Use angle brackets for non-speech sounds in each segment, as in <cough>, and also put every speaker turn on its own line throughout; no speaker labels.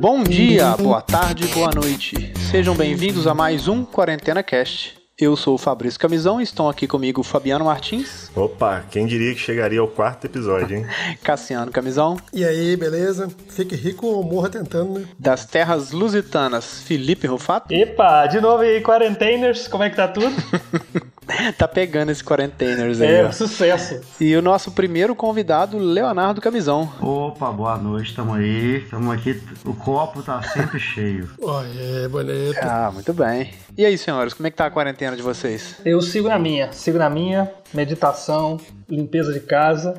Bom dia, boa tarde, boa noite. Sejam bem-vindos a mais um Quarentena Cast. Eu sou o Fabrício Camisão e estão aqui comigo o Fabiano Martins,
Opa, quem diria que chegaria ao quarto episódio, hein?
Cassiano Camisão,
E aí, beleza? Fique rico ou morra tentando, né?
das terras lusitanas, Felipe Rufato.
Epa, de novo aí, Quarenteners, como é que tá tudo?
Tá pegando esse Quarenteners aí,
É,
ó.
um sucesso.
E o nosso primeiro convidado, Leonardo Camisão.
Opa, boa noite, tamo aí. Tamo aqui, o copo tá sempre cheio.
Olha, é bonito.
Ah, muito bem. E aí, senhores, como é que tá a quarentena de vocês?
Eu sigo na minha, sigo na minha, meditação, limpeza de casa,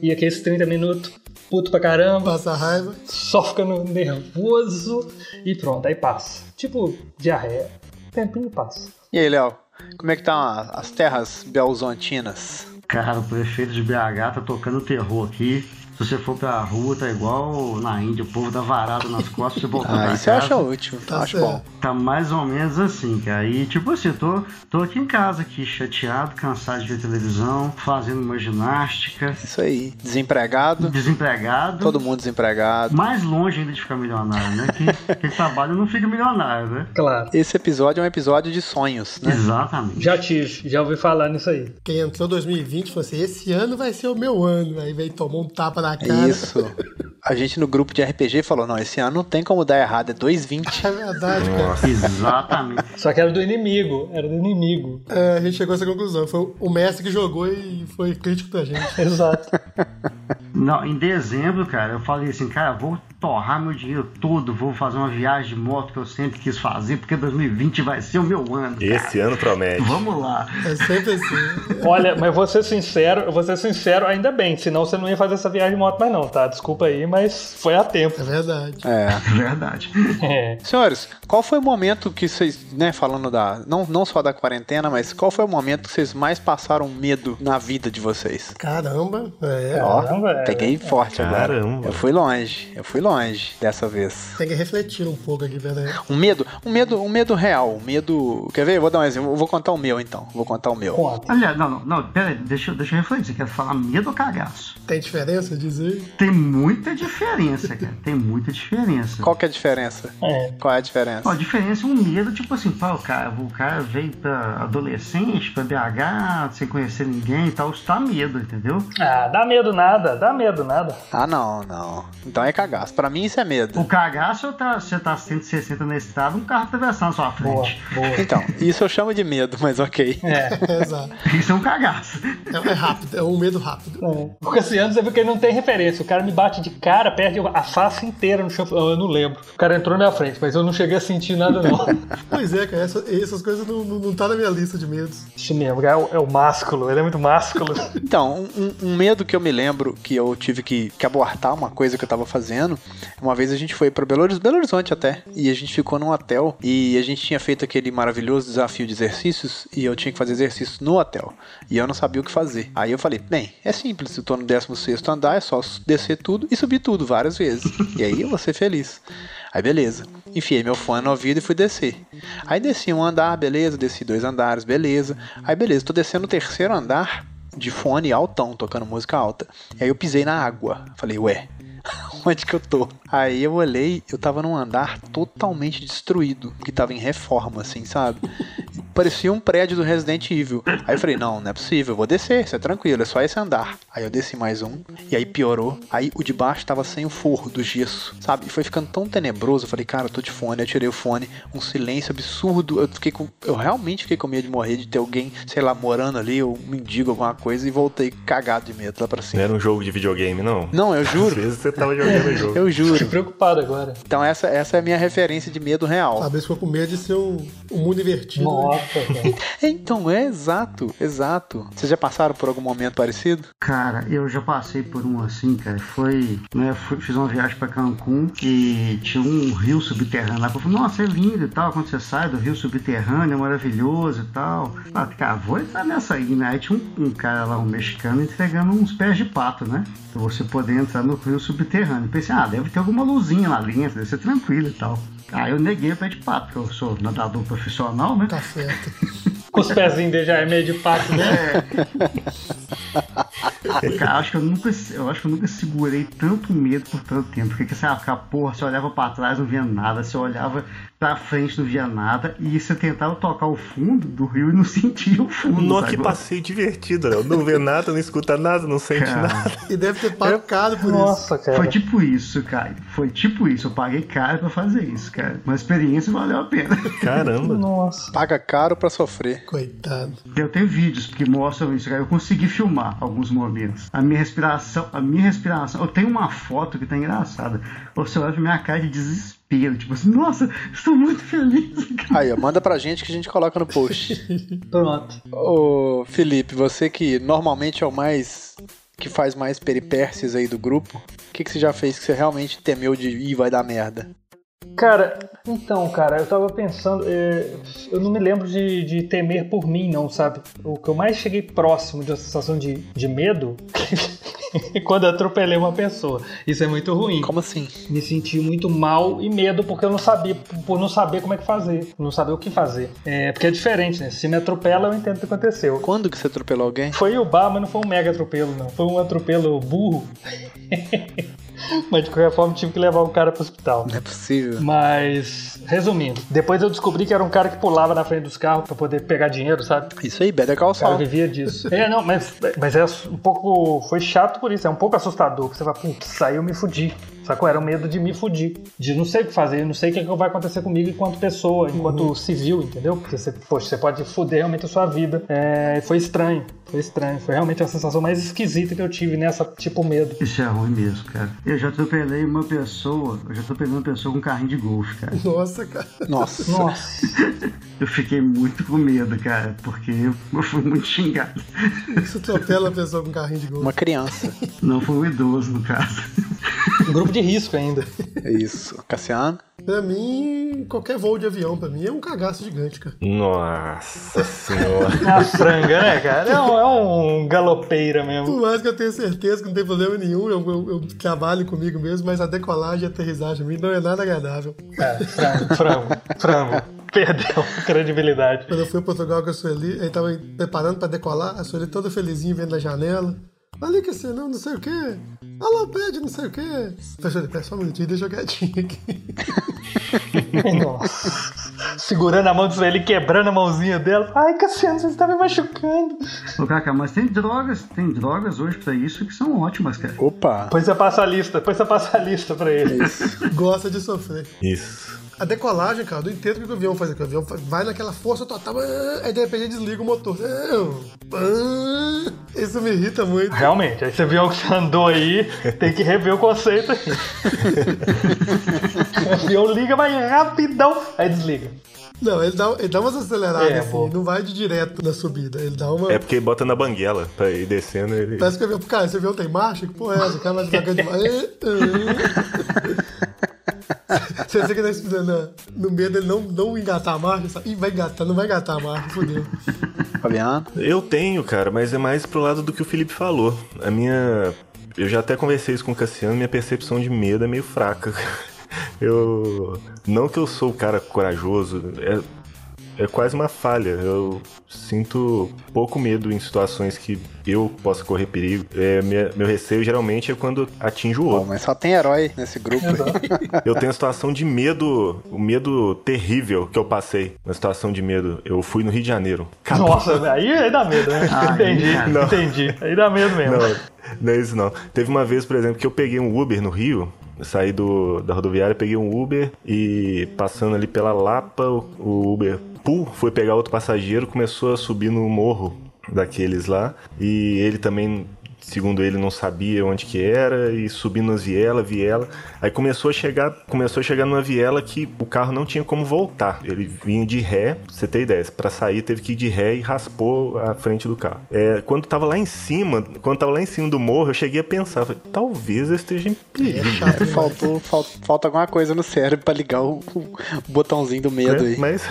e aqui esses 30 minutos, puto pra caramba,
Passa raiva.
só ficando nervoso, e pronto, aí passa. Tipo, diarreia, tempinho passa.
E aí, Léo, como é que tá a- as terras belzontinas?
Cara, o prefeito de BH tá tocando terror aqui. Se você for pra rua, tá igual na Índia, o povo tá varado nas costas e voltando
Ah,
pra
isso eu acho
casa.
útil,
Tá
acho
certo.
bom.
Tá mais ou menos assim, cara. E tipo assim, eu tô, tô aqui em casa, aqui, chateado, cansado de ver televisão, fazendo uma ginástica,
Isso aí, desempregado,
desempregado.
todo mundo desempregado.
Mais longe ainda de ficar milionário, né? Quem, quem trabalha não fica milionário, né?
Claro,
Esse episódio é um episódio de sonhos, né?
Exatamente.
já tive, já ouvi falar nisso aí.
Quem entrou em 2020 falou assim: esse ano vai ser o meu ano. Aí veio tomou um tapa na
É
cara.
Isso. A gente no grupo de RPG falou, não, esse ano não tem como dar errado, é 2,20.
É verdade, cara.
Exatamente.
Só que era do inimigo, era do
<laughs>
inimigo.
É, a gente chegou a essa conclusão. Foi o mestre que jogou e foi crítico da gente. É
Exato.
Não, em dezembro, cara, eu falei assim, cara, vou torrar meu dinheiro todo, vou fazer uma viagem de moto que eu sempre quis fazer, porque 2020 vai ser o meu ano. cara.
Esse ano promete.
Vamos lá.
É sempre assim.
Olha, mas eu vou ser sincero, eu vou ser sincero, ainda bem, senão você não ia fazer essa viagem de moto mais não, tá? Desculpa aí, mas foi a tempo.
É verdade.
É.
É verdade.
É.
Senhores, qual foi o momento que vocês, né, falando da. Não, não só da quarentena, mas qual foi o momento que vocês mais passaram medo na vida de vocês?
Caramba. É.
Caramba, é.
peguei forte agora.
Caramba.
Eu fui longe, eu fui longe dessa vez.
Tem que refletir um pouco aqui, verdade.
Um medo, um medo, um medo real, um medo. Quer ver? Eu Vou dar um exemplo. Eu vou contar o meu então. Vou contar o meu.
Conta.
Aliás, não, não, não, peraí, deixa, eu- deixa eu refletir. Você quer falar medo ou cagaço?
Tem diferença dizer?
Tem muita diferença, cara. Tem muita diferença.
Qual que é a diferença?
É.
Qual é a
Ó, a
diferença?
diferença é um medo, tipo assim, pá, o cara, o cara veio pra adolescente, pra BH, sem conhecer ninguém e tal, isso dá medo, entendeu?
Ah, dá medo nada, dá medo nada.
Ah, não, não. Então é cagaço. Pra mim isso é medo.
O cagaço, tá, você tá 160 na estrada, um carro atravessando na sua
Boa,
frente.
boa.
Então, isso eu chamo de medo, mas ok.
É.
Exato.
Isso é um cagaço.
É, é rápido, é um medo rápido.
é. O Cassiano, você viu que ele não tem referência. O cara me bate de cara, perde a face inteira no chão. Eu não lembro. O cara entrou na minha frente, mas eu não cheguei a sentir nada, não. <laughs>
Pois é, cara. Essas, essas coisas não, não, não tá na minha lista de medos.
Isso mesmo, é o, é o másculo, ele é muito másculo.
Então, um, um- um medo que eu me lembro que eu tive que, que abortar uma coisa que eu tava fazendo. Uma vez a gente foi pra Belo Horizonte, Belo Horizonte até, e a gente ficou num hotel e a gente tinha feito aquele maravilhoso desafio de exercícios e eu tinha que fazer exercícios no hotel. E eu não sabia o que fazer. Aí eu falei, bem, é simples, eu tô no 16 andar, é só descer tudo e subir tudo várias vezes. E aí eu vou ser feliz. Aí beleza. Enfiei meu fone no ouvido e fui descer. Aí desci um andar, beleza, desci dois andares, beleza. Aí beleza, tô descendo o terceiro andar de fone altão, tocando música alta. E aí eu pisei na água. Falei, ué, <laughs> onde que eu tô? Aí eu olhei, eu tava num andar totalmente destruído, que tava em reforma, assim, sabe? Parecia um prédio do Resident Evil. Aí eu falei, não, não é possível, eu vou descer, isso é tranquilo, é só esse andar. Aí eu desci mais um, e aí piorou. Aí o de baixo tava sem o forro do gesso, sabe? E foi ficando tão tenebroso, eu falei, cara, eu tô de fone, eu tirei o fone, um silêncio absurdo. Eu fiquei com. Eu realmente fiquei com medo de morrer, de ter alguém, sei lá, morando ali, ou um mendigo, alguma coisa, e voltei cagado de medo lá pra
Não
cima.
era um jogo de videogame, não.
Não, eu
Às
juro.
vezes você tava jogando o jogo.
Eu juro.
Preocupado agora.
Então essa, essa é a minha referência de medo real.
Talvez ficou com medo de ser um, um mundo invertido. né?
Nossa, cara.
Então, é exato, exato. Vocês já passaram por algum momento parecido?
Cara, eu já passei por um assim, cara. Foi, né? fui- fiz uma viagem pra Cancún e tinha um rio subterrâneo lá. Eu falei, nossa, é lindo e tal. Quando você sai do rio subterrâneo, é maravilhoso e tal. Ah, cara, vou entrar nessa aí, né? Aí tinha um, um cara lá, um mexicano, entregando uns pés de pato, né? Pra você poder entrar no rio subterrâneo. Pensei, ah, deve ter alguma luzinha lá dentro, deve ser tranquilo e tal. Aí eu neguei o pé de pato, porque eu sou nadador profissional, né?
Tá certo.
Com os pezinhos dele já é meio de pato, né?
Cara, acho que eu nunca, eu acho que eu nunca segurei tanto medo por tanto tempo. Porque você aquela porra, você olhava pra trás, não via nada, você olhava pra frente, não via nada, e você tentava tocar o fundo do rio e não <laughs> sentia o fundo.
Nossa, que
tá
sacou?
passeio divertido, né? Não vê nada, não escuta nada, não sente
Ah.
Cara.
nada.
E deve ter pago caro por isso.
Nossa, cara.
Foi tipo isso, cara. Foi tipo isso. Eu paguei caro pra fazer isso, cara. Uma experiência valeu a pena. <laughs>
Caramba.
Nossa.
Paga caro pra sofrer.
Coitado.
Eu tenho vídeos que mostram isso, cara. Eu consegui filmar alguns momentos. A minha respiração, a minha respiração. Eu tenho uma foto que tá engraçada. Você olha pra minha cara de desespero. Tipo assim, nossa, estou muito feliz, <laughs> cara.
Aí, ó, manda pra gente que a gente coloca no post.
Pronto.
Ô, Felipe, você que normalmente é o mais. que faz mais peripécias aí do grupo, o que, que você já fez que você realmente temeu de ir vai dar merda?
Cara, então, cara, eu tava pensando. é, eu não me lembro de, de temer por mim, não, sabe? O que eu mais cheguei próximo de uma sensação de, de medo. <laughs> é Quando eu atropelei uma pessoa. Isso é muito ruim.
Como assim?
Me senti muito mal e medo porque eu não sabia, por não saber como é que fazer, não saber o que fazer. É, porque é diferente, né? Se me atropela, eu entendo o que aconteceu.
Quando que você atropelou alguém?
Foi o bar, mas não foi um mega atropelo, não. Foi um atropelo burro. <laughs> mas de qualquer forma tive que levar o cara pro hospital.
Não é possível.
Mas, resumindo, depois eu descobri que era um cara que pulava na frente dos carros pra poder pegar dinheiro, sabe?
Isso aí, Better
O cara
calçal.
vivia <laughs> disso. É, não, mas, mas é um pouco. Foi chato por isso, é um pouco assustador. Porque você fala, putz, saiu me fudi. Sacou? Era o medo de me fudir. De não sei o que fazer, não sei o que, é que vai acontecer comigo enquanto pessoa, enquanto civil, entendeu? Porque você, poxa, você pode fuder realmente a sua vida. É, foi estranho, foi estranho. Foi realmente a sensação mais esquisita que eu tive nessa, tipo, medo.
Isso é ruim mesmo, cara. Eu já atropelei uma pessoa, eu já atropelei uma pessoa com um carrinho de golfe, cara.
Nossa, cara.
Nossa.
Nossa.
Eu fiquei muito com medo, cara, porque eu fui muito xingado.
Isso atropela a pessoa com carrinho de gol.
Uma criança.
Não foi um idoso, no caso.
Um grupo de risco ainda.
É isso. Cassiano?
Pra mim, qualquer voo de avião, pra mim, é um cagaço gigante, cara.
Nossa senhora.
É uma franga, né, <laughs> cara? É um, é um galopeira mesmo.
Por mais que eu tenha certeza que não tem problema nenhum, eu, eu- eu trabalho comigo mesmo, mas a decolagem e a aterrissagem pra mim não é nada agradável.
É, frango, frango, frango. Perdeu a credibilidade.
Quando eu fui a Portugal com a Sueli, aí tava preparando pra decolar, a Sueli toda felizinha vendo na janela. Ali que você não, não sei o quê. Alô, pede, não sei o quê. Eu falei, pera só um minutinho, deixa eu quietinho aqui. <laughs>
Nossa. Segurando a mão do ele quebrando a mãozinha dela. Ai, Cassiano, você está me machucando.
Ô, Cacá, mas tem drogas, tem drogas hoje pra isso que são ótimas, cara.
Opa! É
Depois você passa a lista, depois você passa a lista pra ele.
Gosta de sofrer.
Isso.
A decolagem, cara, do entendo o que o avião faz. Que o avião fa- vai naquela força total, ah, aí de repente ele desliga o motor. Ah, ah, Isso me irrita muito.
Realmente, aí você viu o que você andou aí, tem que rever o conceito aí. O avião liga, mas rapidão, aí desliga.
Não, ele dá, ele dá umas aceleradas
É,
assim,
bom.
não vai de direto na subida. Ele dá uma.
É porque bota na banguela pra ir descendo ele.
Parece que o avião. Cara, esse avião tem marcha? Que porra é essa? O cara vai devagar demais. Eh, eh. <laughs> Você sei que tá esperando né? no medo dele não, não engatar a marcha. Sabe? Ih, vai engatar, não vai engatar a marcha, fodeu.
Fabiano?
Eu tenho, cara, mas é mais pro lado do que o Felipe falou. A minha. Eu já até conversei isso com o Cassiano, minha percepção de medo é meio fraca. <laughs> Eu. Não que eu sou o cara corajoso, é, é quase uma falha. Eu sinto pouco medo em situações que eu possa correr perigo. É, minha- meu receio geralmente é quando atinge o
Pô,
outro.
mas só tem herói nesse grupo. aí.
Eu tenho a situação de medo, o medo terrível que eu passei. Uma situação de medo. Eu fui no Rio de Janeiro. Acabou.
Nossa, aí, aí dá medo, né?
Ah,
entendi,
não.
entendi. Aí dá medo mesmo.
Não, não é isso não. Teve uma vez, por exemplo, que eu peguei um Uber no Rio. Eu saí do, da rodoviária, peguei um Uber e passando ali pela Lapa, o, o Uber Pool foi pegar outro passageiro, começou a subir no morro daqueles lá. E ele também, segundo ele, não sabia onde que era e subindo as viela, viela. Aí começou a chegar, começou a chegar numa viela que o carro não tinha como voltar. Ele vinha de ré, pra você ter ideia, pra sair teve que ir de ré e raspou a frente do carro. É, quando tava lá em cima, quando tava lá em cima do morro, eu cheguei a pensar, falei, talvez eu esteja em
É
perigo. né?"
Chato demais.
Faltou, fal- falta alguma coisa no cérebro pra ligar o, o botãozinho do medo
né?
aí.
Mas,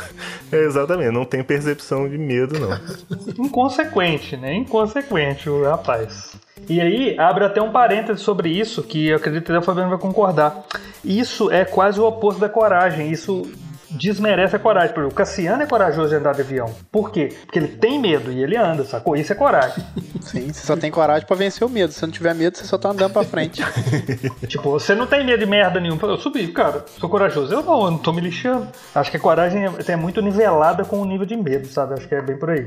é, exatamente, não tem percepção de medo, não.
inconsequente, né? Inconsequente o rapaz. E aí, abre até um parêntese sobre isso, que eu acredito que o Fabiano vai concordar. Isso é quase o oposto da coragem. Isso desmerece a coragem. Por exemplo, O Cassiano é corajoso de andar de avião. Por quê? Porque ele tem medo e ele anda, sacou? Isso é coragem.
<laughs>
Sim, você só tem coragem pra vencer o medo. Se não tiver medo, você só tá andando pra <laughs> frente.
Tipo, você não tem medo de merda nenhuma. Eu subi, cara. Sou corajoso. Eu não, eu não tô me lixando. Acho que a coragem é é muito nivelada com o nível de medo, sabe? Acho que é bem por aí.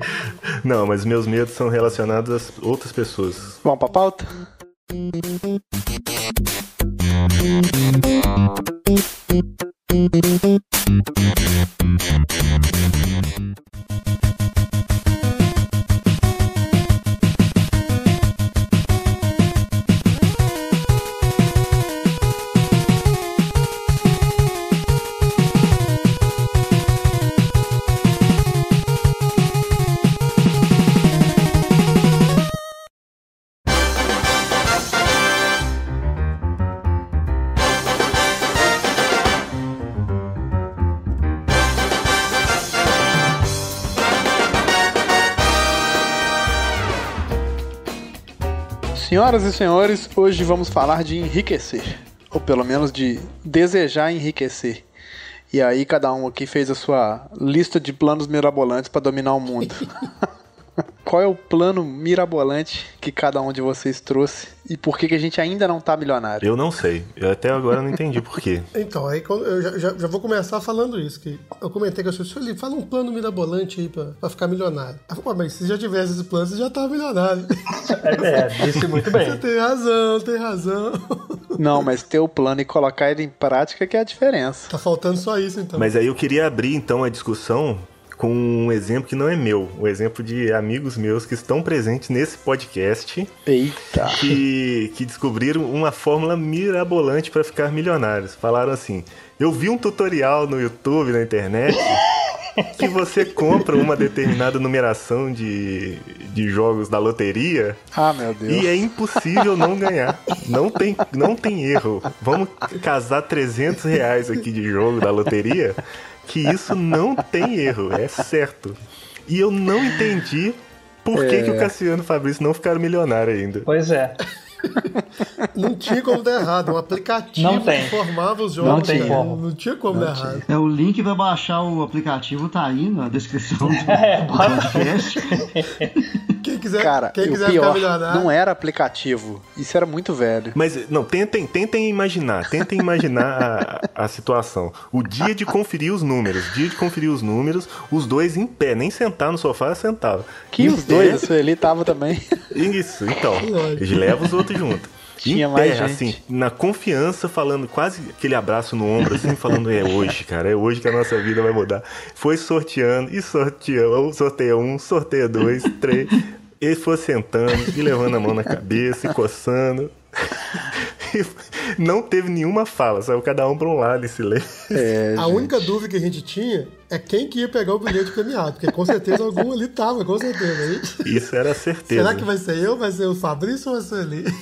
Não, mas meus medos são relacionados às outras pessoas.
Vamos pra pauta? Senhoras e senhores, hoje vamos falar de enriquecer. Ou pelo menos de desejar enriquecer. E aí cada um aqui fez a sua lista de planos mirabolantes pra dominar o
<laughs>
mundo. Qual é o plano mirabolante que cada um de vocês trouxe e por que, que a gente ainda não tá milionário?
Eu não sei. Eu até agora não entendi por quê.
Então, aí quando- eu já, já- já vou começar falando isso. Que eu comentei com a senhora, Sueli, fala um plano mirabolante aí pra, pra ficar milionário. Ela falou, "Ué, mas se já tivesse esse plano, você já tava milionário.
É, é, disse muito
<laughs> você
<laughs>
bem.
tem razão, tem razão. <laughs>
Não, mas ter o plano e colocar ele em prática que é a diferença.
Tá faltando só isso, então.
Mas aí eu queria abrir então a discussão com um exemplo que não é meu, um exemplo de amigos meus que estão presentes nesse podcast
Eita!
que, que descobriram uma fórmula mirabolante para ficar milionários. Falaram assim: eu vi um tutorial no YouTube, na internet, que você compra uma determinada numeração de, de jogos da loteria
Ah, meu Deus.
e é impossível não ganhar. Não tem, não tem erro. Vamos casar 300 reais aqui de jogo da loteria, que isso não tem erro, é certo. E eu não entendi por que, que o Cassiano e o Fabrício não ficaram milionários ainda.
Pois é.
Não tinha como dar errado. Um aplicativo
Não tem.
que formava os jogos.
Não tem
cara.
como.
Não tinha como dar errado.
É, o link pra baixar o aplicativo tá aí
<laughs>
na descrição do, do podcast.
Quem quiser,
Cara,
é- quem
e o
quiser ficar
pior,
milionário.
não é, era aplicativo. Isso era muito velho.
Mas, não, tentem, tentem imaginar, tentem imaginar a, a situação. O dia de conferir os números, dia de conferir os números, os dois em pé, nem sentar no sofá, sentava.
Que
Em
os
pé,
dois, a Sueli tava também.
Isso, então.
Lógico.
Leva os outros junto.
Tinha
em
mais
terra,
gente.
assim, na confiança, falando quase aquele abraço no ombro, assim, falando, é hoje, cara, é hoje que a nossa vida vai mudar. Foi sorteando e sorteou, sorteia um, sorteia dois, <laughs> três. Ele foi sentando e levando a mão na cabeça e coçando. <laughs> E Não teve nenhuma fala, saiu cada um pra um lado e silêncio.
É,
A única dúvida que a gente tinha é quem que ia pegar o bilhete premiado, porque com certeza algum ali tava, com certeza. E-
Isso era certeza.
Será que vai ser eu? Vai ser o Fabrício ou vai ser ele?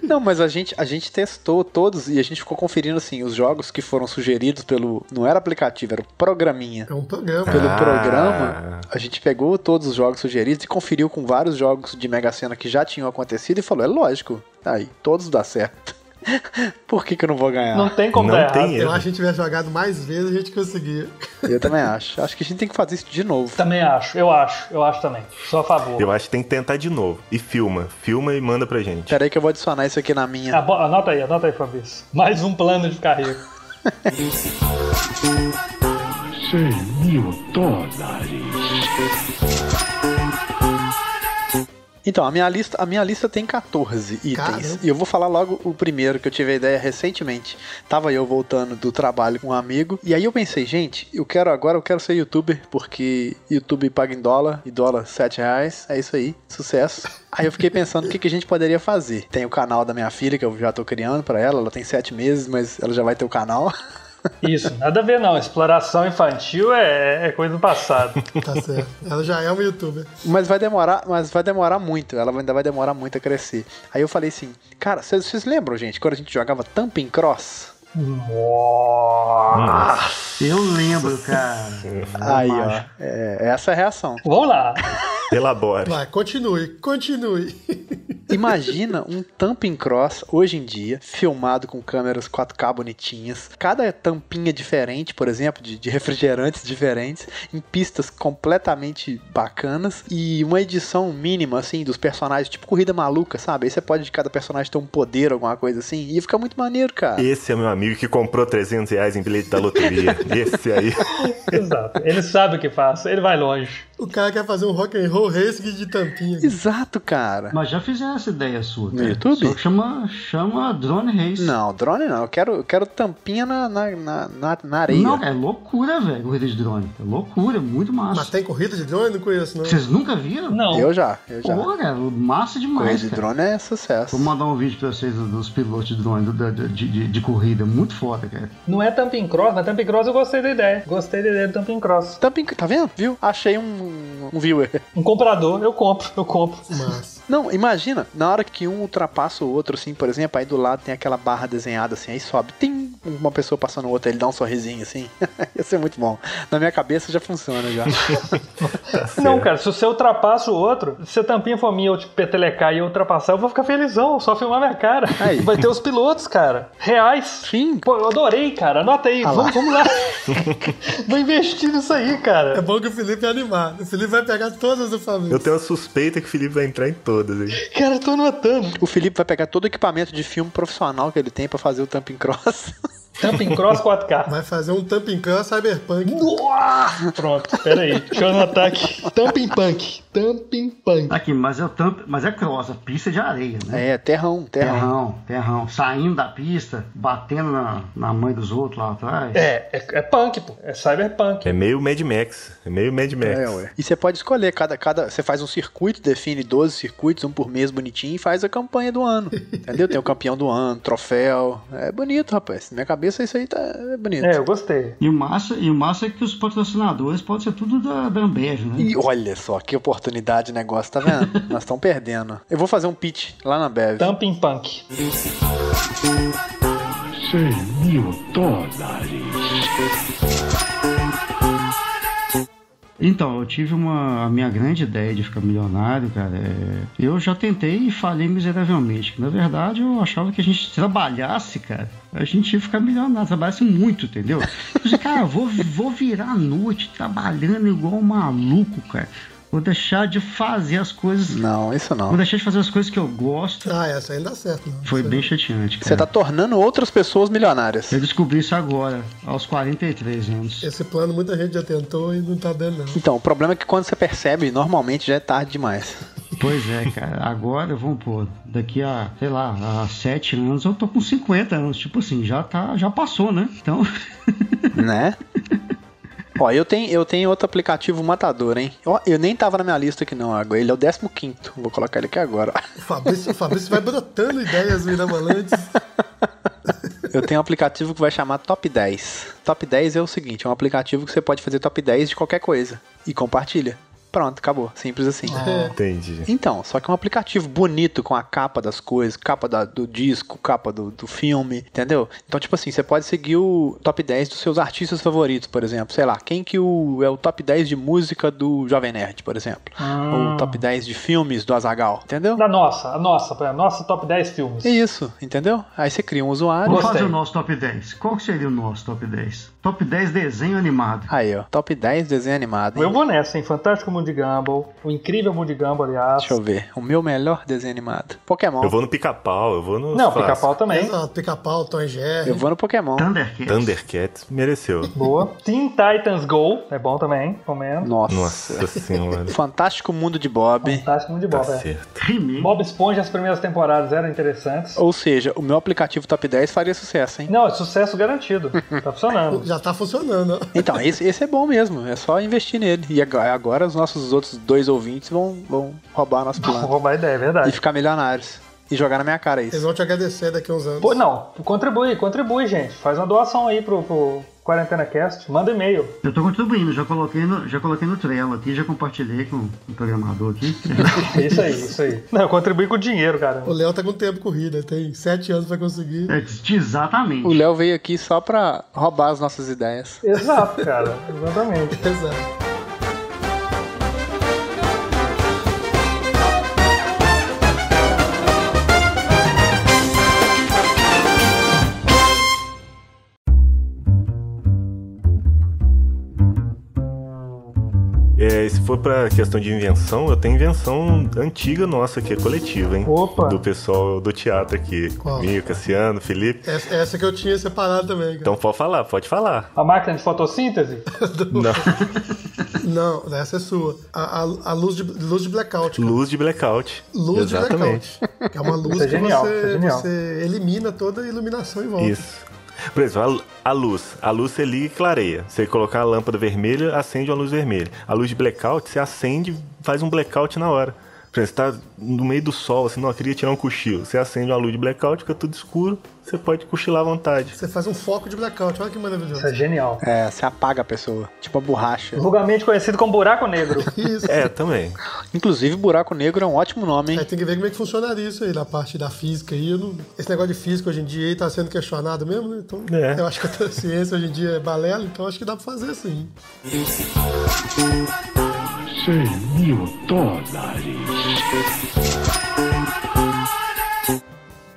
Não, mas a gente, a gente testou todos e a gente ficou conferindo assim os jogos que foram sugeridos pelo. Não era aplicativo, era o programinha.
É um programa.
Pelo
Ah.
programa, a gente pegou todos os jogos sugeridos e conferiu com vários jogos de Mega Sena que já tinham acontecido e falou: é lógico, aí todos dá certo. <laughs> Por que, que eu não vou ganhar?
Não tem como
Não
dar
tem
errado.
Eu
erro.
acho que a gente tivesse jogado mais vezes, a gente conseguia.
Eu também acho. Acho que a gente tem que fazer isso de novo.
Também acho, eu acho, eu acho também. Sou a favor.
Eu acho que tem que tentar de novo. E filma, filma e manda pra gente.
Peraí que eu vou adicionar isso aqui na minha.
Abo- Anota aí, anota aí, Fabrício. <laughs> Mais um plano de carreira.
100 mil dólares.
Então, a minha lista, a minha lista tem 14 itens.
Caramba.
E eu vou falar logo o primeiro que eu tive a ideia recentemente. Tava eu voltando do trabalho com um amigo e aí eu pensei, gente, eu quero agora, eu quero ser youtuber porque YouTube paga em dólar e dólar 7 reais, é isso aí, sucesso. Aí eu fiquei pensando o que, que a gente poderia fazer. Tem o canal da minha filha que eu já tô criando pra ela, ela tem 7 meses, mas ela já vai ter o canal. <laughs>
Isso, nada a ver não. Exploração infantil é, é coisa do passado.
Tá certo. Ela já é uma youtuber.
Mas vai demorar, mas vai demorar muito. Ela ainda vai demorar muito a crescer. Aí eu falei assim, cara, vocês vocês lembram, gente, quando a gente jogava Thumping Cross?
Eu lembro, cara.
Aí, ó. É, essa é a reação.
Vamos lá.
Elabora.
Vai, continue, continue.
Imagina um tamping cross hoje em dia, filmado com câmeras 4K bonitinhas, cada tampinha diferente, por exemplo, de, de refrigerantes diferentes, em pistas completamente bacanas e uma edição mínima, assim, dos personagens, tipo corrida maluca, sabe? Aí você pode de cada personagem ter um poder, alguma coisa assim, e ia ficar muito maneiro, cara.
Esse é meu amigo que comprou 300 reais em bilhete da loteria. Esse aí.
Exato. Ele sabe o que faz, ele vai longe.
O cara quer fazer um rock and roll racing de tampinha.
Exato, cara.
Mas já fizeram essa ideia sua. cara.
YouTube?
Só que chama, chama Drone Race.
Não, drone não. Eu quero, eu quero tampinha na, na, na, na- na areia.
Não, é loucura, velho, corrida de drone. É loucura, muito massa.
Mas tem corrida de drone? Não conheço, não.
Vocês nunca viram?
Não.
Eu já, eu já.
Pô, cara, massa
Corrida
demais,
de
cara.
drone é sucesso.
Vou mandar um vídeo pra vocês dos pilotos de drone do- da- da- de, de- de corrida. Muito foda, cara.
Não é Tamping Cross, mas Tamping Cross eu gostei da ideia. Gostei da ideia do Tamping Cross.
Tamping, tá vendo? Viu? Achei um, um viewer.
Um comprador, eu compro, eu compro.
Mas.
Não, imagina, na hora que um ultrapassa o outro, assim, por exemplo, aí do lado tem aquela barra desenhada assim, aí sobe, tem uma pessoa passando o outro, ele dá um sorrisinho assim. <laughs> Ia ser muito bom. Na minha cabeça já funciona já.
Não, cara, se você ultrapassa o outro, se a tampinha for minha, eu tipo petelecar e eu ultrapassar, eu vou ficar felizão, só filmar minha cara.
Aí.
Vai ter os pilotos, cara. Reais.
Sim,
Pô, eu adorei, cara. Anota aí.
Ah lá. <laughs>
vamos, vamos lá. Vou investir nisso aí,
É
cara.
bom que o Felipe é animado. O Felipe vai pegar todas as
Eu
famílias.
tenho uma suspeita que o Felipe vai entrar em todas aí.
Cara, eu tô notando.
o Felipe vai pegar todo o equipamento de filme profissional que ele tem pra fazer o tamping cross.
Tamping Cross 4K.
Vai fazer um tamping can cyberpunk.
Uá! Pronto, peraí. Deixa eu anotar aqui. Tamping Punk. Tamping Punk.
Aqui, mas é, o tamp, mas é cross, a pista de areia, né?
é, terrão, terrão.
Terrão, terrão. Saindo da pista, batendo na, na mãe dos outros lá atrás.
É, é, é punk, pô. É cyberpunk.
É meio Mad Max. É meio Mad Max.
É, ué. E você pode escolher, cada, cada. Você faz um circuito, define 12 circuitos, um por mês bonitinho, e faz a campanha do ano. Entendeu? Tem o campeão do ano, troféu. É bonito, rapaz. Na minha cabeça isso aí tá é bonito.
É, eu gostei.
E o, massa, e o massa é que os patrocinadores podem ser tudo da, da Ambev, né?
E olha só, que oportunidade de negócio, tá vendo? Nós estamos perdendo. Eu vou fazer um pitch lá na Bev.
Tamping Punk.
100 mil dólares.
Então, eu tive uma. A minha grande ideia de ficar milionário, cara, é. Eu já tentei e falhei miseravelmente. que, Na verdade, eu achava que a gente trabalhasse, cara. A gente ia ficar milionário, trabalhasse muito, entendeu? Eu disse, cara, vou, vou virar à noite trabalhando igual um maluco, cara. Vou deixar de fazer as coisas.
Não, isso
Vou
não.
deixar de fazer as coisas que eu gosto.
Ah, essa ainda dá certo, não.
Foi
Isso
bem chateante, cara.
Você tá tornando outras pessoas milionárias.
<laughs> Eu descobri isso agora, aos 43 anos.
Esse plano muita gente já tentou e não tá dando, não.
Então, o problema é que quando você percebe, normalmente já é tarde demais.
Pois é, cara. Agora, vamos pôr, daqui a, sei lá, a 7 anos eu tô com 50 anos. Tipo assim, já tá, já passou, né? Então,
né? <laughs> Ó, eu tenho, eu tenho outro aplicativo matador, hein? Ó, eu nem tava na minha lista aqui não, agora. Ele é o 15 Vou colocar ele aqui agora. <laughs>
O Fabrício, o Fabrício vai brotando ideias mirabolantes.
Eu tenho um aplicativo que vai chamar Top 10. Top 10 é o seguinte, é um aplicativo que você pode fazer top 10 de qualquer coisa. E compartilha. Pronto, acabou. Simples assim.
É. Entendi.
Então, só que é um aplicativo bonito com a capa das coisas, capa da- do disco, capa do, do filme, entendeu? Então, tipo assim, você pode seguir o top 10 dos seus artistas favoritos, por exemplo. Sei lá, quem que o, é o top 10 de música do Jovem Nerd, por exemplo.
Ah.
Ou o top 10 de filmes do Azagal, entendeu?
Da nossa, a nossa, a nossa top 10 filmes.
É isso, entendeu? Aí você cria um usuário.
<laughs> vamos
Gostei.
fazer o nosso top 10. Qual que seria o nosso top 10? Top 10 desenho animado.
Aí, ó. Top 10 desenho animado. hein?
Eu vou nessa, hein? Fantástico Mundo de Gumball, o incrível Mundo de Gumball, aliás.
Deixa eu ver. O meu melhor desenho animado. Pokémon.
Eu vou no pica-pau, eu vou no.
Não, pica-pau também.
Exato, pica-pau, Tom e Jerry.
Eu vou no Pokémon.
Tá.
Thundercats.
Thundercats mereceu.
Boa. Teen Titans Go, é bom também, comendo.
Nossa.
Nossa senhora.
Fantástico Mundo de Bob.
Fantástico Mundo de
tá
Bob, é.
certo.
He-Man.
Bob Esponja, as primeiras temporadas eram interessantes.
Ou seja, o meu aplicativo top 10 faria sucesso, hein?
Não, é sucesso garantido. Tá funcionando.
Já tá funcionando, ó.
Então, esse, esse é bom mesmo, é só investir nele. E ag- agora os nossos outros dois ouvintes vão, vão roubar nosso
Vou
plano
roubar a ideia, é
e
verdade.
ficar milionários. E jogar na minha cara
Eles
isso.
vão te agradecer daqui a uns anos.
Pô, não, contribui, contribui, gente. Faz uma doação aí pro, pro Quarentena Cast. Manda e-mail.
Eu tô contribuindo, já coloquei no, já coloquei no Trello aqui, já compartilhei com o programador aqui.
É Isso aí, isso aí. Não, contribui com dinheiro, cara.
O Léo tá com tempo corrida, tem sete anos pra
<laughs>
conseguir.
É, Exatamente.
O Léo veio aqui só pra roubar as nossas ideias.
Exato, cara. Exatamente.
Exato.
É, for pra questão de invenção, eu tenho invenção antiga nossa, que é coletiva, hein?
Opa.
Do pessoal do teatro aqui.
Qual?
Minho, Cassiano, Felipe.
Essa, essa que eu tinha separado também, cara.
Então pode falar, pode
<laughs>
falar.
A máquina de fotossíntese?
Não.
Não, essa é sua. A, a, a luz, de, luz de blackout. cara.
Luz de blackout.
Luz
Exatamente.
de blackout. É uma luz
Isso é
que
genial, isso é
você,
genial.
você elimina toda a iluminação em volta.
Isso. Por exemplo, a, a luz. A luz você liga e clareia. Você colocar a lâmpada vermelha, acende uma luz vermelha. A luz de blackout, você acende faz um blackout na hora. Por exemplo, você tá no meio do sol, assim, não, eu queria tirar um cochilo. Você acende uma luz de blackout, fica tudo escuro, você pode cochilar à
<laughs>
vontade.
Você faz um foco de blackout. Olha que maravilhoso.
Isso é genial.
É, você apaga a pessoa. Tipo a borracha.
Vulgarmente conhecido como buraco negro.
Isso.
É, também.
Inclusive, buraco negro é um ótimo nome,
Aí
hein?
tem que ver como é que funcionaria isso aí na parte da física aí. eu não- Esse negócio de física hoje em dia aí tá sendo questionado mesmo, né? Então
É.
eu acho que a <laughs> ciência hoje em dia é balela, então acho que dá pra fazer sim.
100 mil dólares.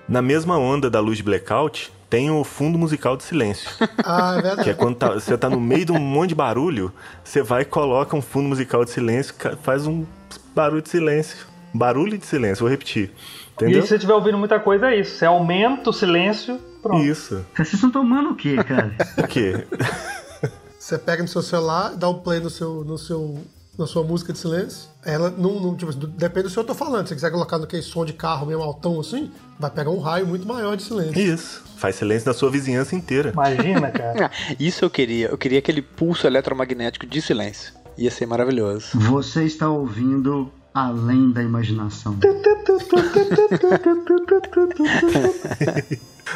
Na mesma onda da luz de blackout, tem o fundo musical de silêncio.
Ah,
Que
é
é
verdade.
quando tá- você tá no meio de um monte de barulho, você vai e coloca um fundo musical de silêncio, ca- faz um barulho de silêncio. Barulho de silêncio, vou repetir.
E
Entendeu?
se você estiver ouvindo muita coisa, é isso. Você aumenta o silêncio, pronto.
Isso.
Vocês estão tomando o quê, cara?
O quê? <laughs>
Você pega no seu celular, dá um play no seu, no seu, na sua música de silêncio. Ela não, não tipo, depende do seu eu tô falando. Se você quiser colocar no que é som de carro mesmo altão assim, vai pegar um raio muito maior de silêncio.
<laughs> Isso. Faz silêncio na sua vizinhança inteira.
Imagina, cara.
<laughs> Ah, Isso eu queria. Eu queria aquele pulso eletromagnético de silêncio. Ia ser maravilhoso.
Você está ouvindo além da imaginação.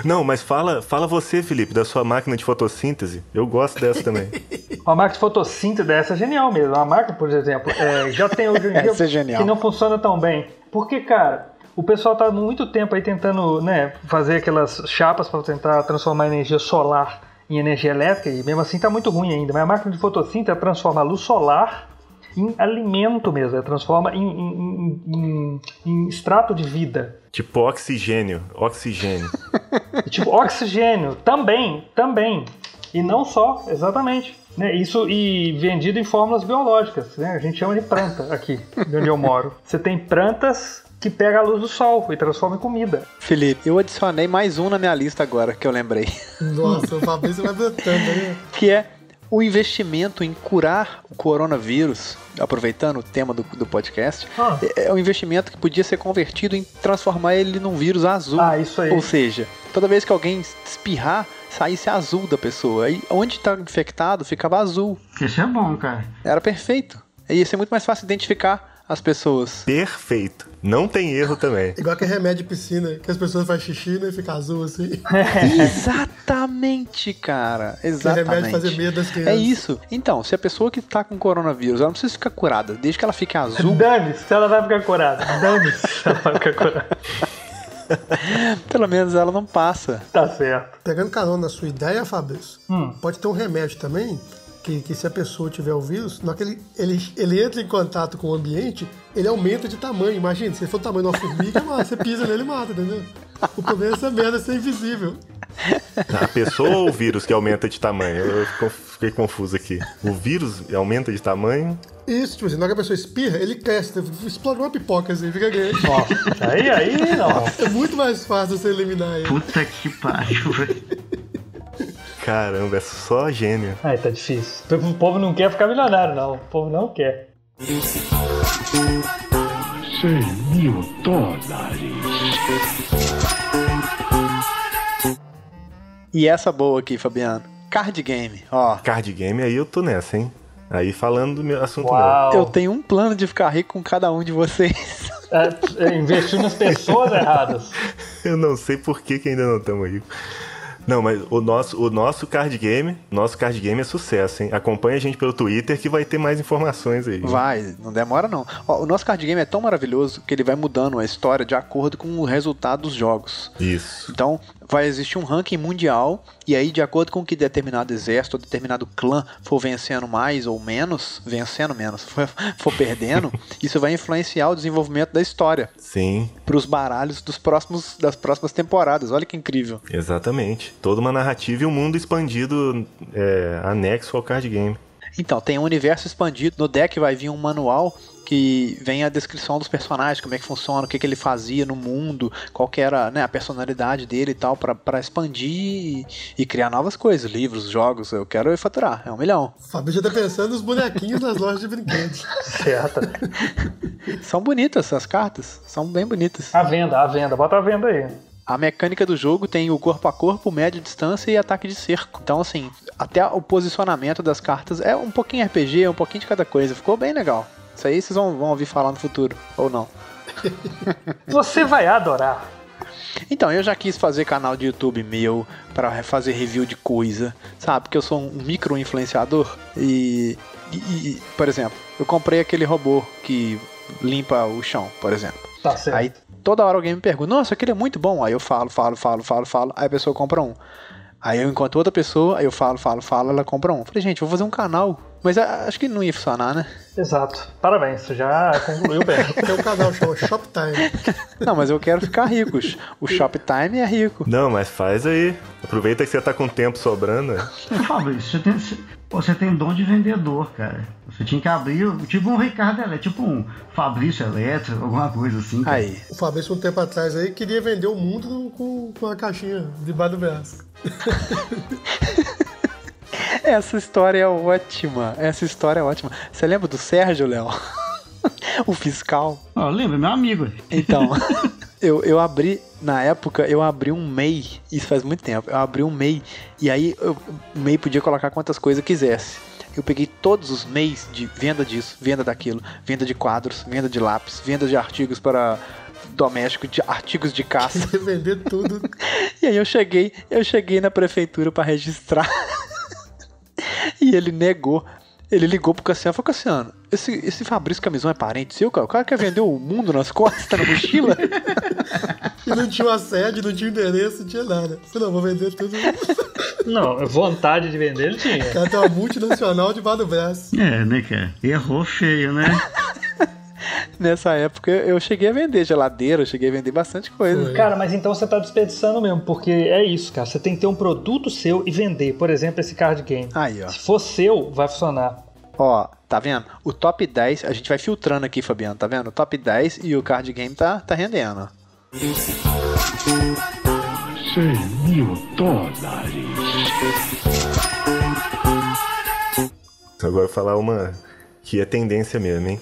Não, mas fala, fala você, Felipe, da sua máquina de fotossíntese. Eu gosto dessa também.
Uma máquina de fotossíntese dessa é genial mesmo. Uma máquina, por exemplo, é, já tem hoje em dia
Essa é genial.
que não funciona tão bem. Porque, cara, o pessoal tá muito tempo aí tentando né, fazer aquelas chapas para tentar transformar a energia solar em energia elétrica e mesmo assim tá muito ruim ainda. Mas a máquina de fotossíntese transforma a luz solar em alimento mesmo, ela transforma em, em- em- em- em extrato de vida.
tipo oxigênio. Oxigênio.
E, Tipo, oxigênio também, também. E não só, exatamente. Né, Isso e vendido em fórmulas biológicas, né? A gente chama de planta aqui, de onde eu moro. <laughs> Você tem plantas que pegam a luz do sol e transformam em comida.
Felipe, eu adicionei mais um na minha lista agora que eu lembrei.
Nossa, o Fabrício vai brotando, né?
Que é o investimento em curar o coronavírus, aproveitando o tema do, do podcast,
Ah.
é- é um investimento que podia ser convertido em transformar ele num vírus azul.
Ah, isso aí.
Ou seja, toda vez que alguém espirrar, saísse azul da pessoa. Aí onde tá infectado, ficava azul.
Isso é bom, cara.
Era perfeito. Ia ser muito mais fácil identificar as
<laughs>
pessoas.
Perfeito. Não tem erro também.
Igual aquele remédio de piscina, que as pessoas fazem xixi né, e fica azul assim.
Exatamente, cara. Exatamente.
remédio fazer medo das crianças.
É isso. Então, se a pessoa que tá com coronavírus, ela não precisa ficar curada, desde que ela fique azul,
Dane-se, ela vai ficar curada. <laughs> Dane-se, ela vai ficar curada.
pelo menos ela não passa.
Tá certo.
Pegando carona na sua ideia, Fabrício,
Hum.
pode ter um remédio também, que, que se a pessoa tiver o vírus, na hora que ele, ele, ele entra em contato com o ambiente, ele aumenta de tamanho. Imagina, se for o tamanho de uma formiga, mano, você pisa nele e mata, entendeu? O problema é essa merda ser invisível.
A pessoa ou o vírus que aumenta de tamanho? Eu fico- fiquei confuso aqui. O vírus aumenta de tamanho?
Isso, tipo assim, na hora que a pessoa espirra, ele cresce, né? explode uma pipoca assim, fica grande.
Nossa, aí, aí, não.
É muito mais fácil você eliminar ele.
Puta que pariu, velho.
Caramba, é só gênio.
Aí tá difícil. O povo não quer ficar milionário, não. O povo não quer.
100 mil dólares.
E essa boa aqui, Fabiano. Card game, ó.
Card game, aí eu tô nessa, hein? Aí falando do meu assunto meu.
Uau.
Eu tenho um plano de ficar rico com cada um de vocês.
É, é, investiu nas pessoas erradas.
<laughs> Eu não sei por que, que ainda não estamos ricos. Não, mas o nosso, o nosso card game, nosso card game é sucesso, hein? Acompanha a gente pelo Twitter que vai ter mais informações
<laughs>
aí.
Vai, não demora não. Ó, o nosso card game é tão maravilhoso que ele vai mudando a história de acordo com o resultado dos jogos.
Isso.
Então, vai existir um ranking mundial, e aí, de acordo com que determinado exército ou determinado clã for vencendo mais ou menos, vencendo menos, <laughs> for, for <laughs> perdendo, isso vai influenciar o desenvolvimento da história
Sim,
para os baralhos dos próximos, das próximas temporadas. Olha que incrível.
exatamente. Toda uma narrativa e um mundo expandido é, anexo ao card game.
Então, tem um universo expandido. No deck vai vir um manual que vem a descrição dos personagens, como é que funciona, o que, que ele fazia no mundo, qual que era né, a personalidade dele e tal, pra- pra expandir e, e criar novas coisas, livros, jogos. Eu quero faturar, é um milhão.
O Fabio já tá pensando nos bonequinhos das lojas de brinquedos.
Certa.
São bonitas as cartas, são bem bonitas.
A venda, a venda. Bota a venda aí.
A mecânica do jogo tem o corpo a corpo, média distância e ataque de cerco. Então, assim, até o posicionamento das cartas é um pouquinho RPG, é um pouquinho de cada coisa. Ficou bem legal. Isso aí vocês vão, vão ouvir falar no futuro, ou não.
Você vai adorar.
Então, eu já quis fazer canal de YouTube meu pra fazer review de coisa, sabe? Porque eu sou um micro influenciador e, e- e, por exemplo, eu comprei aquele robô que limpa o chão, por exemplo.
Tá certo.
Aí toda hora alguém me pergunta, nossa, aquele é muito bom. Aí eu falo, falo, falo, falo, falo, aí a pessoa compra um. Aí eu encontro outra pessoa, aí eu falo, falo, falo, ela compra um. Falei, gente, vou fazer um canal. Mas ah, acho que não ia funcionar, né?
Exato. Parabéns, você já concluiu bem.
Tem um canal que chama Shoptime.
Não, mas eu quero ficar rico. O Shoptime é rico.
Não, mas faz aí. Aproveita que você tá com tempo sobrando. né?
Ô, Fabrício, você tem, você- você tem dom de vendedor, cara. Você tinha que abrir, o- tipo um Ricardo Elétrico, tipo um Fabrício Elétrico, alguma coisa assim. cara.
Aí.
O Fabrício, um tempo atrás aí, queria vender o mundo no- com, com uma caixinha debaixo do braço.
Essa história é ótima. Essa história é ótima. Você lembra do Sérgio, Léo? <laughs> o fiscal?
Ó, lembra, meu amigo.
Então, <laughs> eu, eu abri, na época, eu abri um MEI, isso faz muito tempo, eu abri um MEI, e aí eu- o MEI podia colocar quantas coisas eu quisesse. Eu peguei todos os MEIs de venda disso, venda daquilo, venda de quadros, venda de lápis, venda de artigos para doméstico, de artigos de caça.
Queria vender tudo.
E aí eu cheguei, eu cheguei na prefeitura pra registrar. <laughs> e ele negou. Ele ligou pro Cassiano e falou, Cassiano, esse, esse Fabrício Camisão é parente seu, cara? O cara quer vender o mundo nas costas, tá na mochila? <laughs>
E não tinha uma sede, não tinha endereço, não tinha nada. Falei, não, vou vender tudo.
<laughs>
O
Não, vontade de vender ele tinha.
cara tem uma multinacional debaixo do braço.
É, né, cara? Errou feio, né?
Nessa época eu cheguei a vender geladeira, eu cheguei a vender bastante coisa.
Cara, mas então você tá desperdiçando mesmo, porque é isso, cara. Você tem que ter um produto seu e vender. Por exemplo, esse card game.
Aí, ó.
Se for seu, vai funcionar.
Ó, tá vendo? O top 10, a gente vai filtrando aqui, Fabiano, tá vendo? O top 10 e o card game tá, tá rendendo.
cem mil dólares,
Então, Agora eu vou falar uma que é tendência mesmo, hein?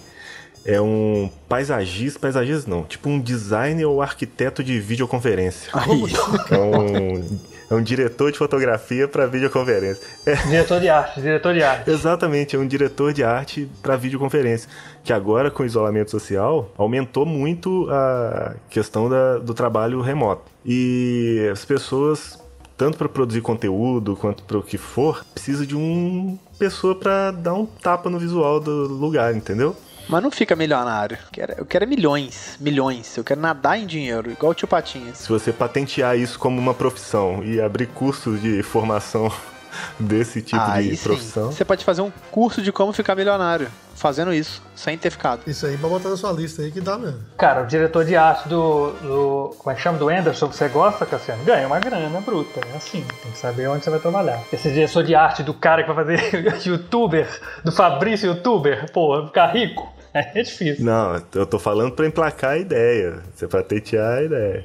É um paisagista, paisagista não, tipo um designer ou arquiteto de videoconferência.
Aí.
É um, é um diretor de fotografia para videoconferência. É,
Diretor de arte, diretor de arte.
exatamente, é um diretor de arte para videoconferência. Que agora, com o isolamento social, aumentou muito a questão da- do trabalho remoto. E as pessoas, tanto para produzir conteúdo quanto para o que for, precisa de uma pessoa para dar um tapa no visual do lugar, entendeu?
Mas não fica milionário. Eu quero, eu quero é milhões, milhões. Eu quero nadar em dinheiro, igual o tio Patinhas.
Se você patentear isso como uma profissão e abrir cursos de formação <laughs> desse tipo de profissão.
Você pode fazer um curso de como ficar milionário fazendo isso, sem ter ficado.
Isso aí, pra botar na sua lista aí que dá mesmo.
Cara, o diretor de arte do, do- Como é que chama? Do Anderson, que você gosta, Cassiano? Ganha uma grana bruta. É assim, tem que saber onde você vai trabalhar. Esse diretor de arte do cara que vai fazer <laughs> youtuber, do Fabrício youtuber, pô, vai ficar rico. <laughs> É difícil.
Não, eu tô falando pra emplacar a ideia. Você patentear a ideia.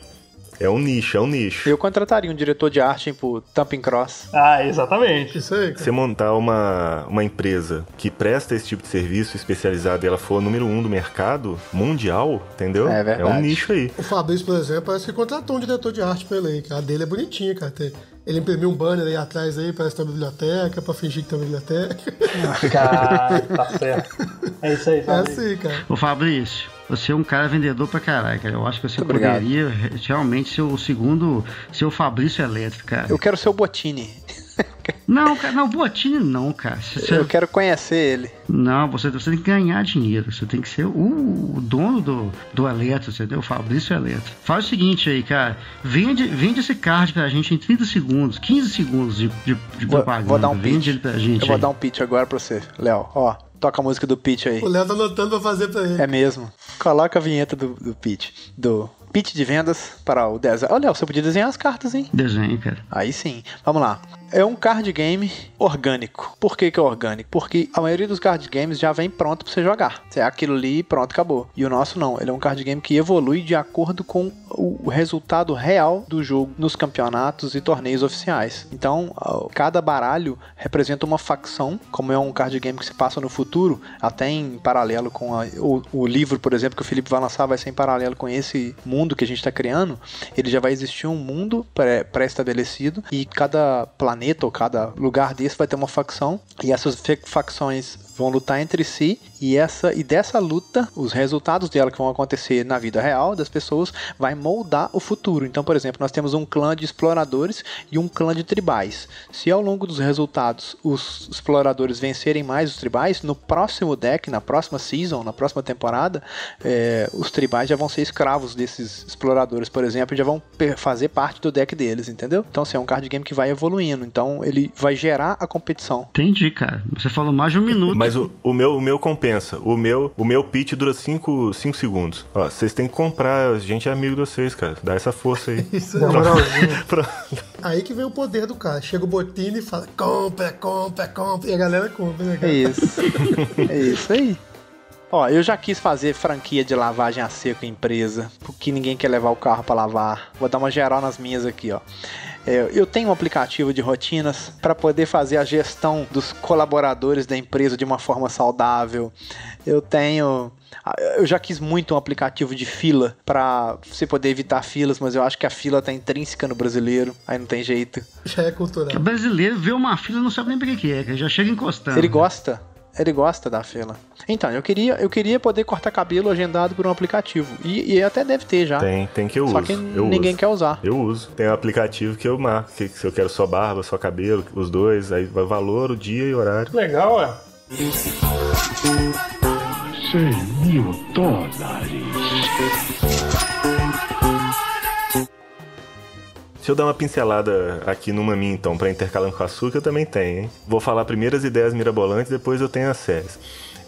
É um nicho, é um nicho.
Eu contrataria um diretor de arte pro Tamping Cross.
Ah, exatamente. <laughs>
Isso aí, cara.
Você montar uma, uma empresa que presta esse tipo de serviço especializado e ela for a número um do mercado mundial, entendeu?
É verdade.
É um nicho aí.
O Fabrício, por exemplo, parece que contratou um diretor de arte pra ele aí, cara. A dele é bonitinha, cara. Tem- Ele imprimiu um banner aí atrás aí, parece que tá uma biblioteca, pra fingir que tá uma biblioteca.
Cara, tá certo. É isso aí,
É
Fabrício.
assim, cara.
Ô, Fabrício, você é um cara vendedor pra caralho, cara. Eu acho que você
Muito obrigado.
poderia re- realmente ser o segundo, ser o Fabrício Elétrico, cara.
Eu quero ser o Botini.
Não, cara, não, Botini não, cara. Você- você- tá
Eu quero conhecer ele.
Não, você, você tem que ganhar dinheiro. Você tem que ser o, o dono do, do Eletro, entendeu? Fabrício Eletro. Faz o seguinte aí, cara. Vende, vende esse card pra gente em 30 segundos, 15 segundos de, de, de
Vou,
propaganda.
vou dar um
vende
pitch.
ele pra gente.
Eu vou
aí.
dar um pitch agora pra você, Léo. Ó, toca a música do pitch aí.
O Léo tá anotando pra fazer pra ele.
É mesmo. Coloca a vinheta do, do pitch. Do pitch de vendas para o design. Ô, Léo, você podia desenhar as cartas, hein?
Desenho, cara.
Aí sim. Vamos lá. É um card game orgânico. Por que, que é orgânico? Porque a maioria dos card games já vem pronto pra você jogar. É aquilo ali e pronto, acabou. E o nosso não. Ele é um card game que evolui de acordo com o resultado real do jogo nos campeonatos e torneios oficiais. Então, a- cada baralho representa uma facção, como é um card game que se passa no futuro, até em paralelo com a- o, o livro, por exemplo, que o Felipe vai lançar, vai ser em paralelo com esse mundo que a gente está criando. Ele já vai existir um mundo pré- pré-estabelecido e cada planeta ou cada lugar desse vai ter uma facção e essas fe- facções vão lutar entre si e essa e dessa luta, os resultados dela que vão acontecer na vida real das pessoas vai moldar o futuro. Então, por exemplo, nós temos um clã de exploradores e um clã de tribais. Se ao longo dos resultados os exploradores vencerem mais os tribais, no próximo deck, na próxima season, na próxima temporada, é, os tribais já vão ser escravos desses exploradores, por exemplo, e já vão per- fazer parte do deck deles, entendeu? Então, assim, é um card game que vai evoluindo. Então, ele vai gerar a competição.
Entendi, cara. Você falou mais de um minuto.
Mas o, o meu, o meu compensa. O meu, o meu pitch dura 5 segundos. Ó, vocês têm que comprar. A gente é amigo de vocês, cara. Dá essa força aí.
Isso aí.
Na moralzinha.
<laughs> Pronto.
Aí que vem o poder do cara. Chega o Botini e fala: compra, compra, compra. E a galera compra, né,
É
cara?
isso. é isso aí. Ó, eu já quis fazer franquia de lavagem a seco em empresa, porque ninguém quer levar o carro pra lavar. Vou dar uma geral nas minhas aqui, ó. É, eu tenho um aplicativo de rotinas pra poder fazer a gestão dos colaboradores da empresa de uma forma saudável. Eu tenho ah, eu já quis muito um aplicativo de fila pra você poder evitar filas, mas eu acho que a fila tá intrínseca no brasileiro, aí não tem jeito.
Já é
Que
cultural.
brasileiro vê uma fila e não sabe nem pra que que é, cara. Já chega encostando.
Ele gosta. Ele gosta da fila. Então, eu queria, eu queria poder cortar cabelo agendado por um aplicativo. E, e até deve ter já.
Tem, tem que eu
só
uso.
que
eu
ninguém
uso.
quer usar.
Eu uso. Tem um aplicativo que eu marco. que- se eu quero só barba, só cabelo, os dois. Aí vai o valor, o dia e o horário.
Legal, ué.
100 mil dólares.
Deixa eu dar uma pincelada aqui numa minha, então, pra intercalando com a sua, que eu também tenho, hein? Vou falar primeiro as ideias mirabolantes, depois eu tenho as séries.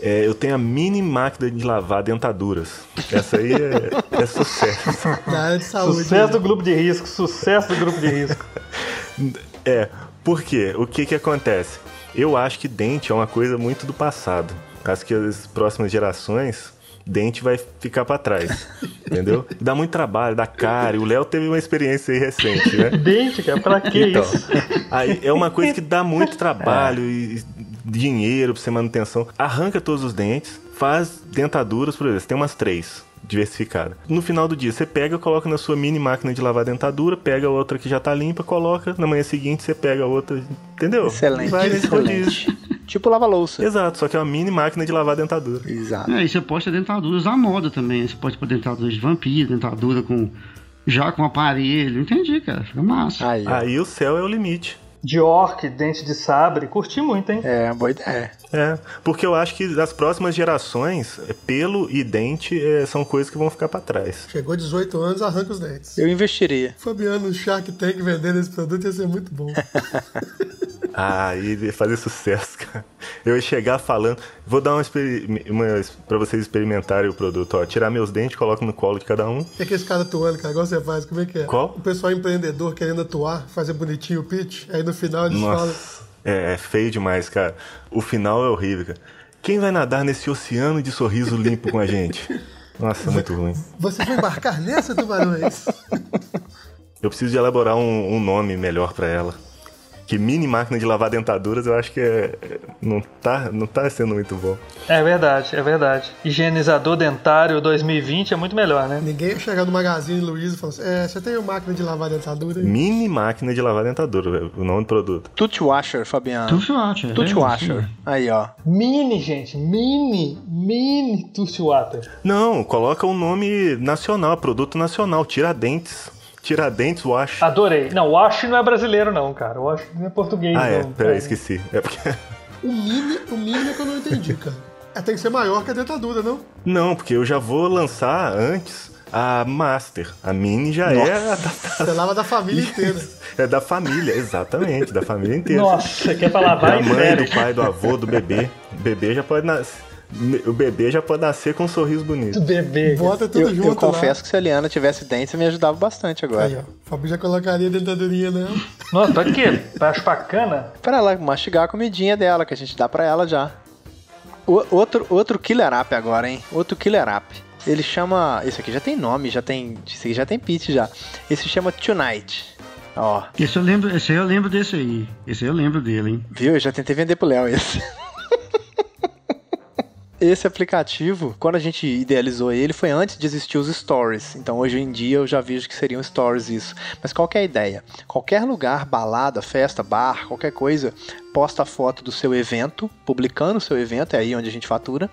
É, eu tenho a mini máquina de lavar dentaduras. Essa aí é, é sucesso.
Na área de
Tá
saúde. né?
Sucesso do grupo de risco, sucesso do grupo de <laughs> risco.
É, por quê? O que que acontece? Eu acho que dente é uma coisa muito do passado. Acho que as próximas gerações, dente vai ficar pra trás. entendeu? Dá muito trabalho, dá cara. E o Léo teve uma experiência aí recente, né?
Dente, cara, pra que <laughs>
Então,
isso?
aí é uma coisa que dá muito trabalho e dinheiro pra você manutenção. Arranca todos os dentes, faz dentaduras, por exemplo, você tem umas três diversificada. No final do dia, você pega, coloca na sua mini máquina de lavar dentadura, pega a outra que já tá limpa, coloca, na manhã seguinte você pega a outra, entendeu?
Excelente,
Vai nesse rodízio.
excelente. Tipo lava-louça.
Exato, só que é uma mini máquina de lavar dentadura.
Exato.
É, e você pode ter dentaduras à moda também. Você pode ter dentaduras de vampiro, dentadura com. Já com aparelho. Entendi, cara. Fica massa.
Aí. ó.
Aí o céu é o limite.
De orc, dente de sabre, curti muito, hein?
É, boa ideia.
É, porque eu acho que as próximas gerações, é, pelo e dente, é, são coisas que vão ficar pra trás.
Chegou 18 anos, arranca os dentes.
Eu investiria.
Fabiano no Shark Tank vendendo esse produto ia ser muito bom.
Ah, ele ia fazer sucesso, <laughs> cara. Eu ia chegar falando, vou dar uma, experi- uma ex- pra vocês experimentarem o produto, ó. Tirar meus dentes, coloco no colo de cada um.
E aqueles caras atuando, é cara, igual você faz, como é que é?
Qual?
O pessoal empreendedor querendo atuar, fazer bonitinho o pitch, aí no final eles falam.
Nossa, é, é feio demais, cara. O final é horrível, cara. Quem vai nadar nesse oceano de sorriso limpo com a gente? Nossa, muito ruim.
Você vai embarcar nessa, é tubarões?
Eu preciso de elaborar um, um nome melhor pra ela. Que mini máquina de lavar dentaduras, eu acho que é, é- não, tá, não tá sendo muito bom.
É verdade, é verdade. Higienizador dentário 2020 é muito melhor, né?
Ninguém ia chegar no Magazine Luiza e falar assim: é, você tem uma máquina de lavar dentadura? aí?"
Mini máquina de lavar dentadura, o nome do produto.
Tooth Washer, Fabiano.
Tooth Watcher.
Tooth
é,
Washer.
sim.
Aí, ó.
Mini, gente, mini, mini Tushwater.
Não, coloca um nome nacional, produto nacional, Tiradentes. Tiradentes Wash. Ah,
Adorei. Não, o Ash não é brasileiro, não, cara. O Ash não é português,
é,
não.
peraí, esqueci. É porque... <laughs>
O mini, o mini é que eu não entendi, cara. É, tem que ser maior que a dentadura, não?
Não, porque eu já vou lançar antes a Master. A Mini já é, a da, <laughs>
Você lava da
<laughs>
família inteira.
é da família, exatamente, da família inteira.
Nossa, quer falar
Da mãe,
vai
do
férias.
pai, do avô, do bebê. O bebê já pode nas- O bebê já pode nascer com um sorriso bonito.
Bebê.
Bota tudo
Eu, eu
junto lá.
confesso que se a Eliana tivesse dente, você me ajudava bastante agora.
Aí, ó. O Fabio já colocaria a dentadurinha nela.
Nossa, pra quê? Pra chupar cana?
Pra ela mastigar a comidinha dela, que a gente dá pra ela já. O- outro, outro killer app agora, hein? Outro killer app. Ele chama. Esse aqui já tem nome, já tem. Esse aqui já tem pitch já. Esse chama Tonight. Ó,
Esse eu lembro, esse aí eu lembro desse aí. Esse aí eu lembro dele, hein?
viu? Eu já tentei vender pro Léo esse. <laughs> Esse aplicativo, quando a gente idealizou ele, foi antes de existir os stories. Então hoje em dia eu já vejo que seriam stories isso. Mas qual que é a ideia? Qualquer lugar, balada, festa, bar, qualquer coisa, posta a foto do seu evento, publicando o seu evento, é aí onde a gente fatura.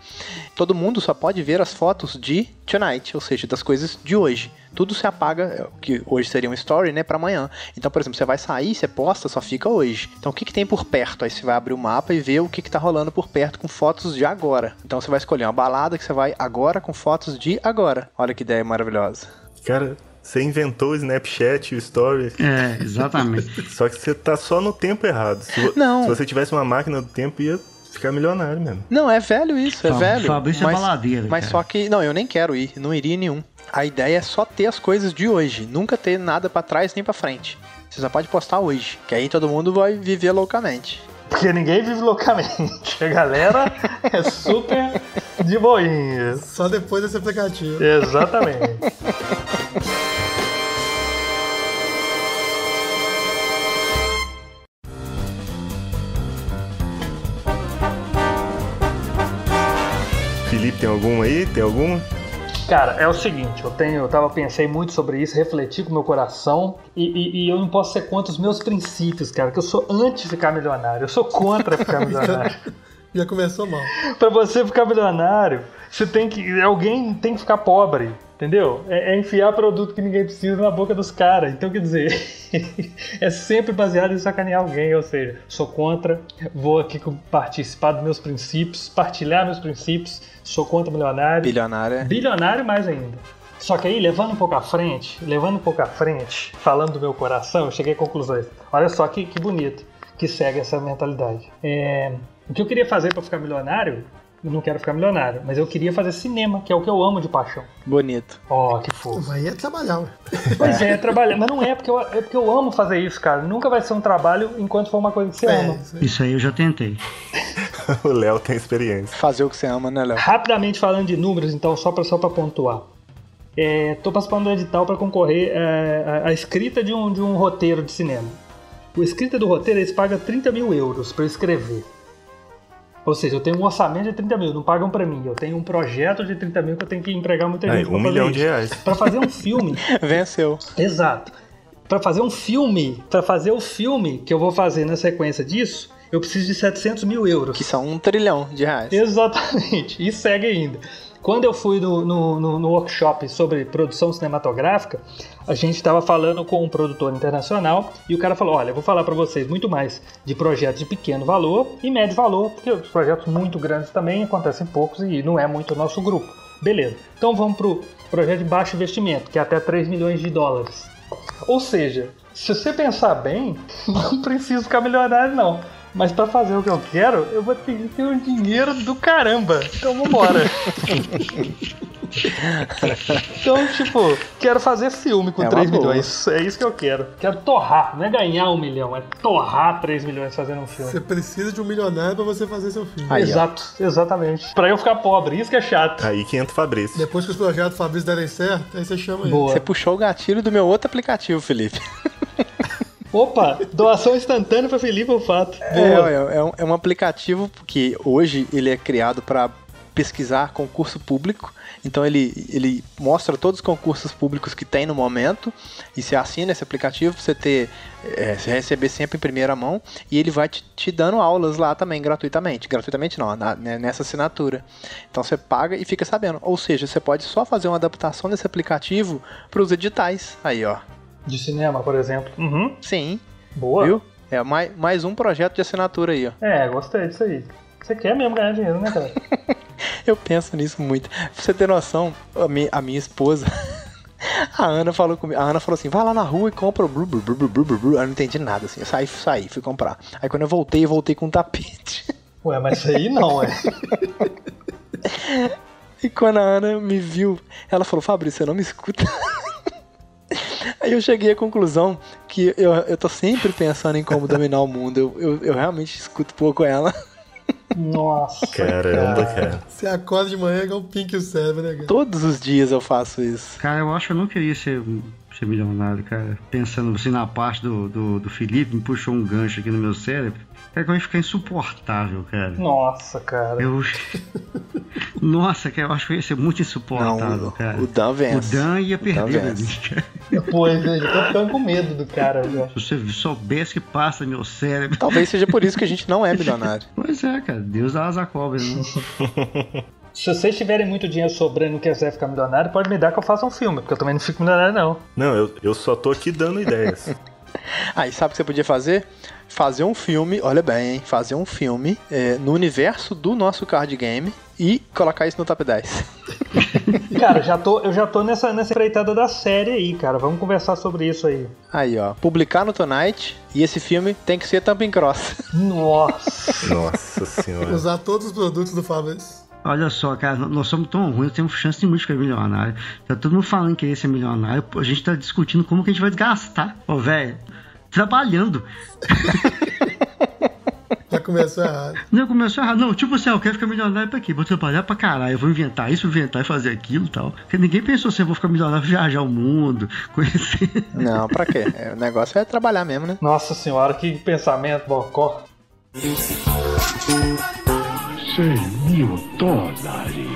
Todo mundo só pode ver as fotos de tonight, ou seja, das coisas de hoje. Tudo se apaga, é, o que hoje seria um story, né, para amanhã. Então, por exemplo, você vai sair, você posta, só fica hoje. Então, o que, que tem por perto? Aí você vai abrir o mapa e ver o que, que tá rolando por perto com fotos de agora. Então, você vai escolher uma balada que você vai agora com fotos de agora. Olha que ideia maravilhosa.
Cara, você inventou o Snapchat, o Story,
<laughs>
É, exatamente.
só que você tá só no tempo errado. Se, vo-
Não.
se você tivesse uma máquina do tempo, ia ficar milionário mesmo.
Não, é velho isso, é
Fab-
velho.
Fabrício é
mas,
baladeiro,
Mas
cara.
só que. Não, eu nem quero ir, não iria em nenhum. A ideia é só ter as coisas de hoje, nunca ter nada pra trás nem pra frente. Você só pode postar hoje, que aí todo mundo vai viver loucamente.
Porque ninguém vive loucamente. A galera é super de boinha.
Só depois desse aplicativo.
Exatamente.
Felipe, tem algum aí? Tem algum? <laughs>
Cara, é o seguinte, eu tenho, eu tava, pensei muito sobre isso, refleti com o meu coração e, e- e eu não posso ser contra os meus princípios, cara, que eu sou anti ficar milionário, eu sou contra ficar milionário.
Já começou mal.
<laughs> Pra você ficar milionário, você tem que. Alguém tem que ficar pobre, entendeu? É, é enfiar produto que ninguém precisa na boca dos caras. Então, quer dizer, <laughs> é sempre baseado em sacanear alguém. Ou seja, sou contra, vou aqui com- participar dos meus princípios, partilhar meus princípios, sou contra milionário.
Bilionária.
Bilionário mais ainda. Só que aí, levando um pouco à frente, levando um pouco à frente, falando do meu coração, eu cheguei a conclusões. Olha só que, que bonito que segue essa mentalidade. É, o que eu queria fazer pra ficar milionário, eu não quero ficar milionário, mas eu queria fazer cinema, que é o que eu amo de paixão.
Bonito.
Ó, que fofo.
Mas aí é trabalhar, ué.
<laughs> Pois é, trabalhar. Mas não é porque, eu, é porque eu amo fazer isso, cara. Nunca vai ser um trabalho enquanto for uma coisa que você
É,
ama.
isso aí.
Isso aí eu já tentei.
o Léo tem experiência.
Fazer o que você ama, né, Léo?
Rapidamente falando de números, então, só para só pra pontuar. Estou participando do edital para concorrer é, à- à escrita de um, de um roteiro de cinema. O escrita do roteiro, eles pagam 30 mil euros para escrever. Ou seja, eu tenho um orçamento de 30 mil, não pagam para mim. Eu tenho um projeto de 30 mil que eu tenho que empregar muita gente.
Aí, um milhão de reais.
Para fazer
<laughs>
um filme,
Venceu.
Exato. Pra fazer um filme, pra fazer o filme que eu vou fazer na sequência disso, eu preciso de 700 mil euros.
Que são um trilhão de reais.
Exatamente. E segue ainda. Quando eu fui no, no- no- no workshop sobre produção cinematográfica, a gente estava falando com um produtor internacional e o cara falou: Olha, eu vou falar para vocês muito mais de projetos de pequeno valor e médio valor, porque os projetos muito grandes também acontecem poucos e não é muito o nosso grupo. Beleza. Então vamos pro projeto de baixo investimento, que é até 3 milhões de dólares. Ou seja, se você pensar bem, <laughs> não preciso ficar milionário, não. Mas pra fazer o que eu quero, eu vou ter que ter um dinheiro do caramba. Então
<laughs>
vambora. então, tipo, quero fazer filme com
É uma
3
boa.
milhões. É isso que eu quero. Quero torrar, não é ganhar um milhão, é torrar 3 milhões fazendo um filme.
Você precisa de um milionário pra você fazer seu filme.
Aí, ó.
Exato, exatamente. Pra eu ficar pobre, isso que é chato.
Aí que entra o Fabrício.
Depois que os projetos Fabrício derem certo, aí você chama ele.
Boa.
É. Você puxou o gatilho do meu outro aplicativo, Felipe.
Opa, doação instantânea pra Felipe Olfato.
É,
Boa.
olha, é, um, é um aplicativo que hoje ele é criado para pesquisar concurso público. Então ele, ele mostra todos os concursos públicos que tem no momento e você assina esse aplicativo pra você ter é, você receber sempre em primeira mão e ele vai te, te dando aulas lá também gratuitamente. Gratuitamente não, na- né, nessa assinatura. Então você paga e fica sabendo. Ou seja, você pode só fazer uma adaptação desse aplicativo para os editais. Aí, ó.
De cinema, por exemplo. Uhum.
Sim,
Boa.
viu? É mais, mais um projeto de assinatura aí, ó.
É, gostei disso aí. Você quer mesmo ganhar dinheiro, né, <laughs> cara?
Eu penso nisso muito. Pra você ter noção, a mi- a minha, esposa. <laughs> A Ana falou comigo, a Ana falou assim, vai lá na rua e compra o blu, blu, blu, blu, blu, blu, blu. Eu não entendi nada, assim, eu saí, saí, fui comprar. Aí quando eu voltei, eu voltei com um tapete.
Ué, mas isso aí não, é.
<laughs> E quando a Ana me viu, ela falou: Fabrício, você não me escuta? <laughs> Aí eu cheguei à conclusão que eu, eu tô sempre pensando em como dominar o mundo. Eu, eu, eu realmente escuto pouco ela.
Nossa.
Caramba, cara.
Você acorda de manhã é um pink o cérebro, né, cara?
Todos os dias eu faço isso.
Cara, eu acho que eu não queria ser, ser milionário, cara. Pensando assim na parte do, do, do Felipe, me puxou um gancho aqui no meu cérebro. Cara, que eu ia ficar insuportável, cara.
Nossa,
<laughs>
cara.
Eu... Nossa, cara, eu acho que eu ia ser muito insuportável,
Não, o-
cara.
o Dan vence.
O Dan ia
O Dan
perder pra
vence.
mim, cara.
Pois é, eu tô ficando com medo do cara já.
Se você soubesse que passa no meu cérebro.
Talvez seja por isso que a gente não é milionário.
Pois é, cara. Deus dá asa à cobra, né?
Se vocês tiverem muito dinheiro sobrando e não quiser ficar milionário, pode me dar que eu faça um filme, porque eu também não fico milionário, não.
Não, eu, eu só tô aqui dando ideias.
Aí sabe o que você podia fazer? Fazer um filme, olha bem, hein? fazer um filme é, no universo do nosso card game e colocar isso no top 10.
Cara, já tô, eu já tô nessa, nessa empreitada da série aí, cara. Vamos conversar sobre isso aí.
Aí, ó, publicar no Tonight e esse filme tem que ser Thumping Cross. <laughs>
Nossa.
Nossa senhora.
Usar todos os produtos do Fabrício.
Olha só, cara, nós somos tão ruins, temos chance de muito ficar milionário. Tá todo mundo falando que esse é milionário, pô, a gente tá discutindo como que a gente vai gastar, ô velho. Trabalhando.
Já <laughs> começou errado.
Não começou errado. Não, tipo assim, ah, eu quero ficar milionário pra quê? Vou trabalhar pra caralho. Eu vou inventar isso, inventar e fazer aquilo e tal. Porque ninguém pensou assim, eu vou ficar milionário, viajar o mundo, <laughs> conhecer.
Não, pra quê? É, O negócio é trabalhar mesmo, né?
Nossa senhora, que pensamento, bocó.
100 mil dólares.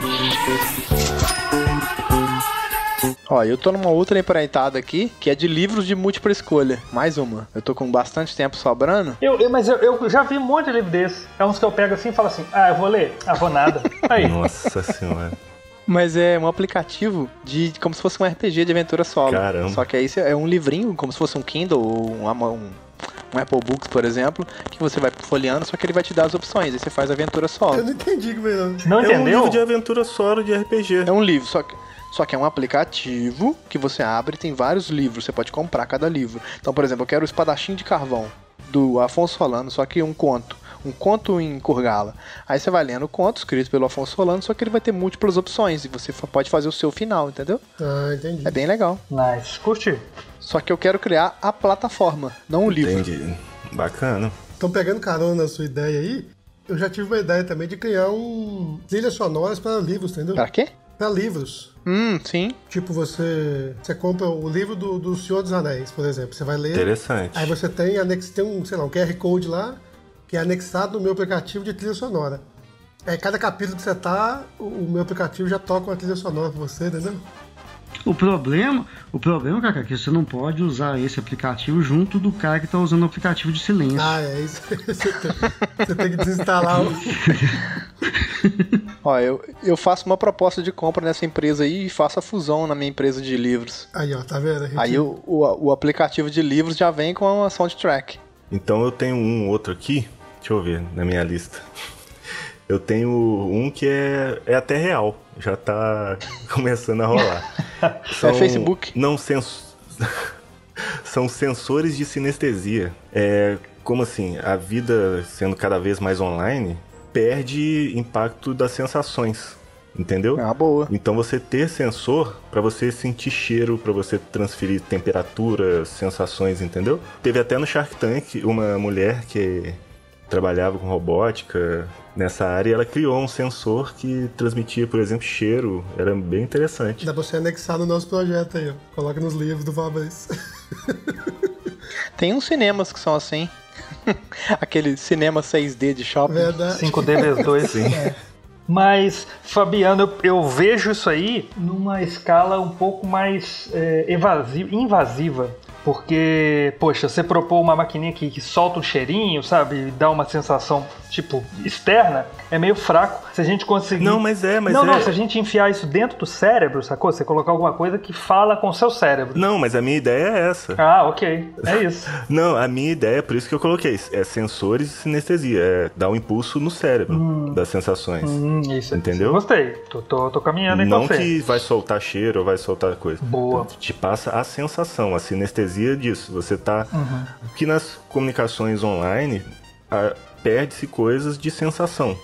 Ó, eu tô numa outra empreitada aqui, que é de livros de múltipla escolha. Mais uma. Eu tô com bastante tempo sobrando.
Eu, eu- mas eu, eu já vi um monte de livro desse. É uns que eu pego assim e falo assim, ah, eu vou ler. Ah, vou nada. Aí.
Nossa senhora.
Mas é um aplicativo de como se fosse um RPG de aventura solo.
Caramba.
Só que aí você- é um livrinho, como se fosse um Kindle ou um, Ama- um, um Apple Books, por exemplo, que você vai folheando, só que ele vai te dar as opções. Aí você faz aventura
Eu
solo.
não entendi como é. não.
Não
É um
entendeu?
livro de aventura solo de RPG.
É um livro, só que. Só que é um aplicativo que você abre e tem vários livros, você pode comprar cada livro. Então, por exemplo, eu quero o Espadachim de Carvão, do Afonso Solano, só que um conto. Um conto em Kurgala. Aí você vai lendo o conto escrito pelo Afonso Solano, só que ele vai ter múltiplas opções e você fa- pode fazer o seu final, entendeu?
Ah, entendi.
É bem legal.
Nice. Curti.
Só que eu quero criar a plataforma, não o livro.
Entendi. Bacana.
Então, pegando carona na sua ideia aí, eu já tive uma ideia também de criar um trilhas sonoras para livros, entendeu?
Pra quê?
Para livros.
Hum, sim.
Tipo, você, você compra o livro do, do Senhor dos Anéis, por exemplo. Você vai ler,
Interessante.
É. aí você tem, anex, tem um, sei lá, um QR Code lá, que é anexado no meu aplicativo de trilha sonora. Aí cada capítulo que você tá, o, o meu aplicativo já toca uma trilha sonora pra você, entendeu?
O problema, o problema, cara, é que você não pode usar esse aplicativo junto do cara que tá usando o aplicativo de silêncio.
Ah, é isso. <laughs> Você tem, você tem que desinstalar o...
Ó, eu, eu faço uma proposta de compra nessa empresa aí e faço a fusão na minha empresa de livros.
Aí, ó, tá vendo? A gente-
Aí o, o, o aplicativo de livros já vem com uma soundtrack.
Então eu tenho um outro aqui. Deixa eu ver na minha lista. <laughs> Eu tenho um que é, é até real. Já tá <laughs> começando a rolar. São-
Facebook.
Não, sens... <laughs> São sensores de sinestesia. É como assim, a vida sendo cada vez mais online perde impacto das sensações, entendeu?
É uma boa.
Então você ter sensor pra você sentir cheiro, pra você transferir temperatura, sensações, entendeu? Teve até no Shark Tank uma mulher que trabalhava com robótica nessa área e ela criou um sensor que transmitia, por exemplo, cheiro. Era bem interessante.
Dá pra você anexar no nosso projeto aí, ó. Coloca nos livros do Fabrício. <laughs>
Tem uns cinemas que são assim. <laughs> Aquele cinema 6D de shopping.
Verdade.
5D
é.
vezes 2. Mas, Fabiano, eu, eu vejo isso aí numa escala um pouco mais é, evasi- invasiva. Porque, poxa, você propor uma maquininha que, que solta um cheirinho, sabe? e Dá uma sensação, tipo, externa, é meio fraco. Se a gente conseguir.
Não, mas é, mas
não,
é.
não, se a gente enfiar isso dentro do cérebro, sacou? Você colocar alguma coisa que fala com o seu cérebro.
Não, mas a minha ideia é essa.
Ah, ok.
<laughs>
É isso.
Não, a minha ideia, por isso que eu coloquei, é sensores e sinestesia, é dar um impulso no cérebro das sensações.
Hum, isso.
Entendeu?
Gostei. Tô, tô, tô caminhando em
Não
você.
que vai soltar cheiro ou vai soltar coisa.
Boa.
Então, te passa a sensação, a sinestesia disso. Você tá. Que nas comunicações online a- perde-se coisas de sensação.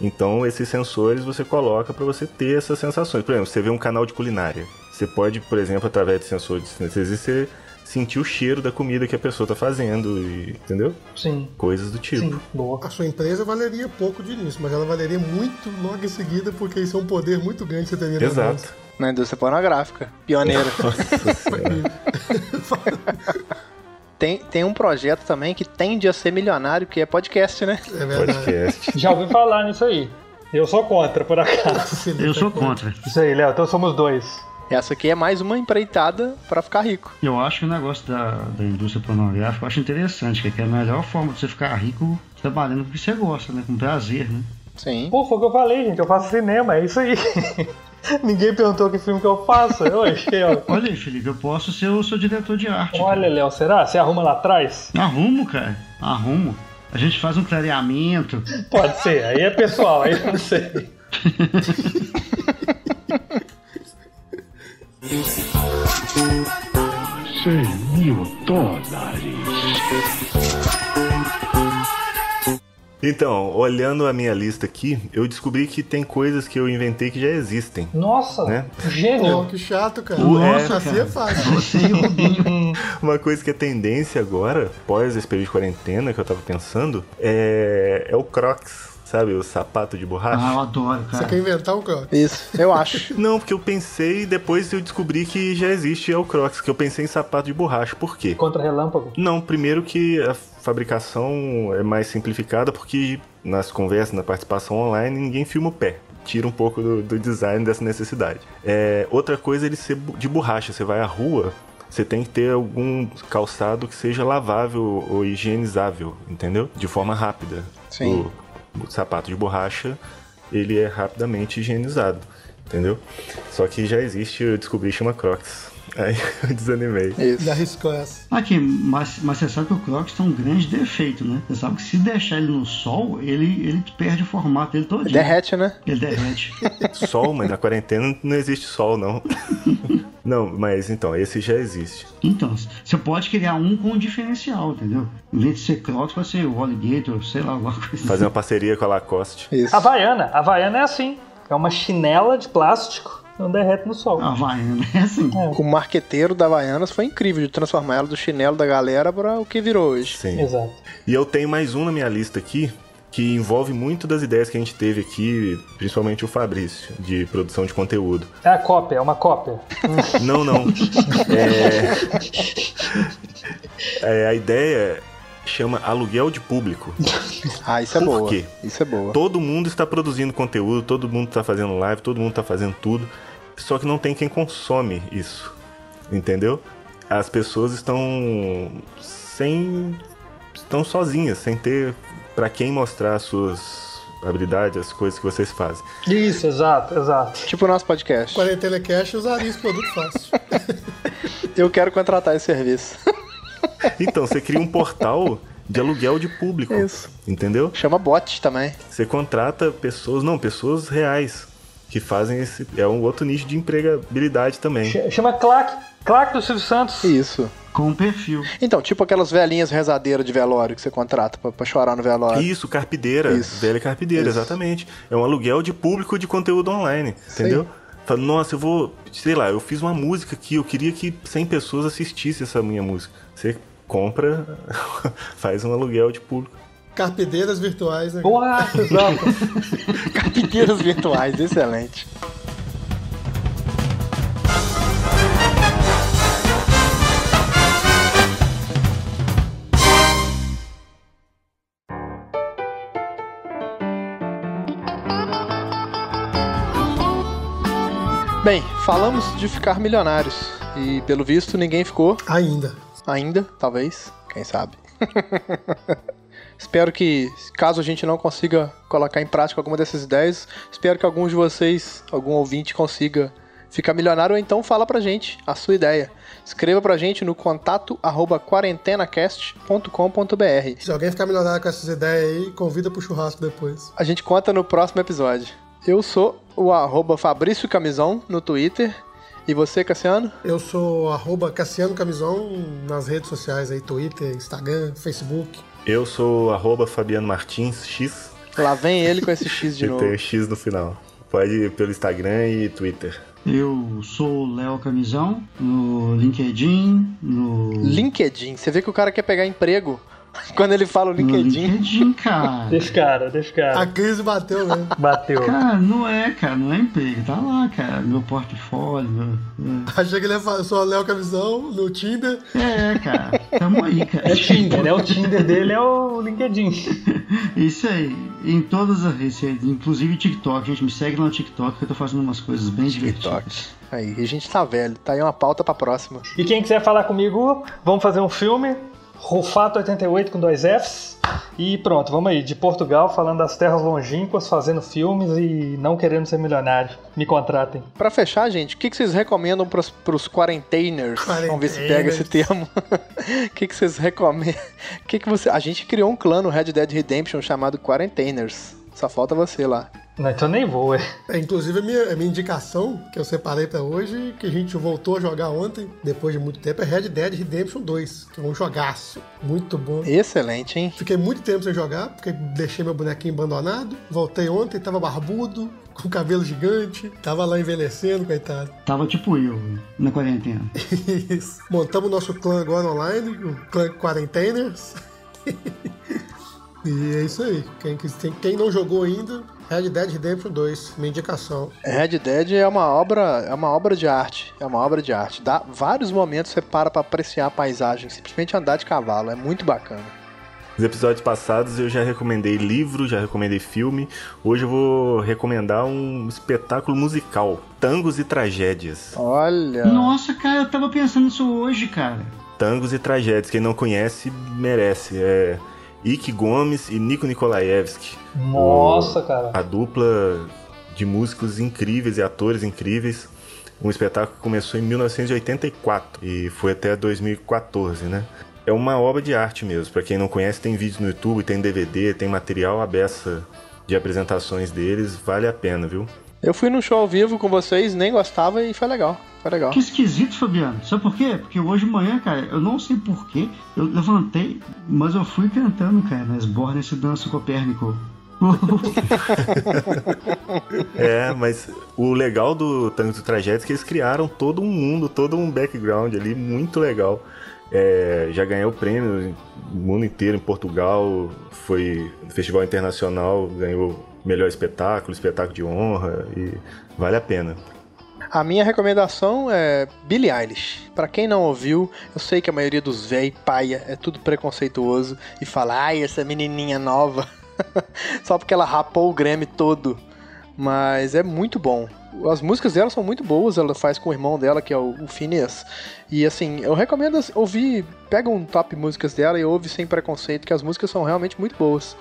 Então, esses sensores você coloca para você ter essas sensações. Por exemplo, você vê um canal de culinária. Você pode, por exemplo, através de sensor de sinestesia, você sentir o cheiro da comida que a pessoa tá fazendo, e- entendeu?
Sim.
Coisas do tipo.
Sim, boa.
A sua empresa valeria pouco de início, mas ela valeria muito logo em seguida, porque isso é um poder muito grande que você teria nas mãos.
Exato.
Na indústria pornográfica. Pioneira.
Nossa Senhora.
<laughs> tem, tem um projeto também que tende a ser milionário, que é podcast, né?
É verdade.
Podcast.
Já ouvi falar nisso aí. Eu sou contra, por acaso.
Felipe,
Eu sou
é
contra.
Isso aí, Léo. Então somos dois.
Essa aqui é mais uma empreitada pra ficar rico.
Eu acho que o negócio da, da indústria pornográfica eu acho interessante, que é que é a melhor forma de você ficar rico trabalhando com o que você gosta, né? Com prazer, né?
Sim.
Pô, foi o que eu falei, gente. Eu faço cinema, é isso aí. <laughs> Ninguém perguntou que filme que eu faço. Eu achei, ó.
Olha aí, Felipe, eu posso ser o seu diretor de arte. cara.
Olha, Léo, será? Você arruma lá atrás?
Arrumo, cara. Arrumo. A gente faz um clareamento.
Pode ser. Aí é pessoal, aí eu não sei.
Cem mil dólares.
Então, olhando a minha lista aqui, eu descobri que tem coisas que eu inventei que já existem.
Nossa,
Né?
Pô,
um
gênio.
que chato, cara.
Ué,
Nossa, assim é fácil.
Você e o
<laughs>
Rubinho.
Uma coisa que é tendência agora, pós esse período de quarentena que eu tava pensando, é, é o Crocs, sabe? O sapato de borracha.
Ah, eu adoro,
Você quer
cara.
inventar um cara?
Isso, eu <laughs> acho.
Não, porque eu pensei e depois eu descobri que já existe é o Crocs, que eu pensei em sapato de borracha. Por quê?
Contra relâmpago.
Não, primeiro que a fabricação é mais simplificada, porque nas conversas, na participação online, ninguém filma o pé. Tira um pouco do, do design dessa necessidade. É, outra coisa é ele ser bu- de borracha. Você vai à rua, você tem que ter algum calçado que seja lavável ou higienizável, entendeu? De forma rápida.
Sim.
O, o sapato de borracha, ele é rapidamente higienizado, entendeu? Só que já existe, eu descobri, chama Crocs. Aí <laughs> eu desanimei.
Isso.
Já arriscou essa.
Aqui, mas, mas você sabe que o Crocs tem um grande defeito, né? Você sabe que se deixar ele no sol, ele, ele perde o formato dele todinho.
Derrete, né?
Ele derrete.
Sol, mas na quarentena não existe sol, não. Não, mas então, esse já existe.
Então, você pode criar um com um diferencial, entendeu? Em vez de ser Crocs, pode ser o Alligator, sei lá, alguma coisa
Fazer uma parceria com a Lacoste.
Isso.
Havaiana. Havaiana é assim. É uma chinela de plástico. Não derrete no sol.
Havaiana, <laughs> é assim.
O marqueteiro da Havaianas foi incrível de transformar ela do chinelo da galera pra o que virou hoje.
Sim.
Exato.
E eu tenho mais um na minha lista aqui, que envolve muito das ideias que a gente teve aqui, principalmente o Fabrício, de produção de conteúdo.
É a cópia, é uma cópia.
Não, não. É... É, a ideia chama aluguel de público.
Ah, isso é
Por
boa.
quê?
Isso é boa.
Todo mundo está produzindo conteúdo, todo mundo está fazendo live, todo mundo está fazendo tudo, só que não tem quem consome isso, entendeu? As pessoas estão sem, estão sozinhas, sem ter para quem mostrar as suas habilidades, as coisas que vocês fazem.
Isso, exato, exato.
Tipo o nosso podcast.
Quarentena Cash eu usaria esse produto fácil.
Eu quero contratar esse serviço.
Então você cria um portal de aluguel de público,
Isso.
entendeu?
<laughs> Chama bot também.
Você contrata pessoas, não, pessoas reais que fazem esse, é um outro nicho de empregabilidade também.
Ch- Chama Clack. Clack do Silvio Santos.
Isso.
Com o perfil.
Então, tipo aquelas velhinhas rezadeiras de velório que você contrata pra, pra chorar no velório.
Isso, carpideira.
Isso.
Velha carpideira,
Isso.
exatamente. É um aluguel de público de conteúdo online, entendeu? Fala, nossa, eu vou. Sei lá, eu fiz uma música aqui, eu queria que 100 pessoas assistissem essa minha música. Você compra, <laughs> faz um aluguel de público.
Carpideiras virtuais, né?
Boa, exato.
Carpideiras virtuais, excelente. Bem, falamos de ficar milionários e pelo visto ninguém ficou
Ainda.
ainda, talvez, quem sabe. <laughs> espero que, caso a gente não consiga colocar em prática alguma dessas ideias, espero que alguns de vocês, algum ouvinte, consiga ficar milionário ou então fala pra gente a sua ideia. Escreva pra gente no contato arroba quarentenacast.com.br.
Se alguém ficar melhorado com essas ideias aí, convida pro churrasco depois.
A gente conta no próximo episódio. Eu sou o arroba Fabrício Camisão no Twitter. E você, Cassiano?
Eu sou arroba Cassiano Camisão nas redes sociais aí, Twitter, Instagram, Facebook.
Eu sou arroba Fabiano Martins X.
Lá vem ele com esse X de
E
novo.
tem o X no final. Pode ir pelo Instagram e Twitter.
Eu sou o Léo Camisão, no LinkedIn, no.
LinkedIn. Você vê que o cara quer pegar emprego <laughs> quando ele fala o
no
LinkedIn.
LinkedIn, cara.
<laughs> Deixa o cara, deixa o
A
cara.
crise bateu, <laughs> né?
Bateu.
Cara, não é, cara, não é emprego, tá lá, cara, meu portfólio. meu-
Achei que ele ia falar, eu sou o Léo Camisão, no Tinder.
É, cara, tamo aí, cara.
É Tinder, né? O Tinder dele é o LinkedIn.
<laughs> Isso aí, em todas as redes, inclusive TikTok, gente, me segue lá no TikTok que eu tô fazendo umas coisas bem divertidas.
Aí, a gente tá velho. Tá aí uma pauta pra próxima.
E quem quiser falar comigo, vamos fazer um filme, Rufato 88 com dois Fs. E pronto, vamos aí, de Portugal, falando das terras longínquas, fazendo filmes e não querendo ser milionário. Me contratem.
Pra fechar, gente, o que, que vocês recomendam pros, pros quarentainers? Vamos ver se pega esse termo. <laughs> O que, que vocês recomendam? Que que você... A gente criou um clã no Red Dead Redemption chamado Quarentainers. Só falta você lá.
Não, então nem vou, é.
É, inclusive, a minha, a minha indicação, que eu separei pra hoje, que a gente voltou a jogar ontem, depois de muito tempo, é Red Dead Redemption 2, que é um jogaço. Muito bom.
Excelente, hein?
Fiquei muito tempo sem jogar, porque deixei meu bonequinho abandonado. Voltei ontem, tava barbudo, <laughs> com cabelo gigante, tava lá envelhecendo, coitado. <laughs>
Tava tipo eu, na quarentena.
Isso. Montamos nosso clã agora online, o clã Quarenteners. <laughs> e é isso aí. Quem, quis- tem- quem não jogou ainda, Red Dead Redemption 2, minha indicação.
Red Dead é uma obra, é uma obra de arte, é uma obra de arte. Dá vários momentos você para pra apreciar a paisagem, simplesmente andar de cavalo, é muito bacana.
Nos episódios passados eu já recomendei livro, já recomendei filme. Hoje eu vou recomendar um espetáculo musical, Tangos e Tragédias.
Olha,
Nossa, cara, eu tava pensando nisso hoje, cara.
Tangos e Tragédias, quem não conhece, merece. É Ike Gomes e Nico Nikolaevski.
Nossa, cara.
A dupla de músicos incríveis e atores incríveis. Um espetáculo que começou em 1984 e foi até 2014, né? É uma obra de arte mesmo. Pra quem não conhece, tem vídeo no YouTube, tem DVD, tem material à beça de apresentações deles. Vale a pena, viu?
eu fui num show ao vivo com vocês, nem gostava e foi legal, foi legal.
Que esquisito, Fabiano. Sabe por quê? Porque hoje de manhã, cara, eu não sei porquê, eu levantei, mas eu fui cantando, cara, nas bordas do danço Copérnico.
É, mas o legal do Tango Tragédias é que eles criaram todo um mundo, todo um background ali muito legal. É, já ganhou prêmio no mundo inteiro, em Portugal, foi no festival internacional, ganhou melhor espetáculo, espetáculo de honra e vale a pena.
A minha recomendação é Billie Eilish. Pra quem não ouviu, eu sei que a maioria dos véi paia é tudo preconceituoso e fala, ai, essa menininha nova, <laughs> só porque ela rapou o Grammy todo. Mas é muito bom. As músicas dela são muito boas, ela faz com o irmão dela, que é o, o Phineas. E assim, eu recomendo as- ouvir, pega um top músicas dela e ouve sem preconceito, que as músicas são realmente muito boas.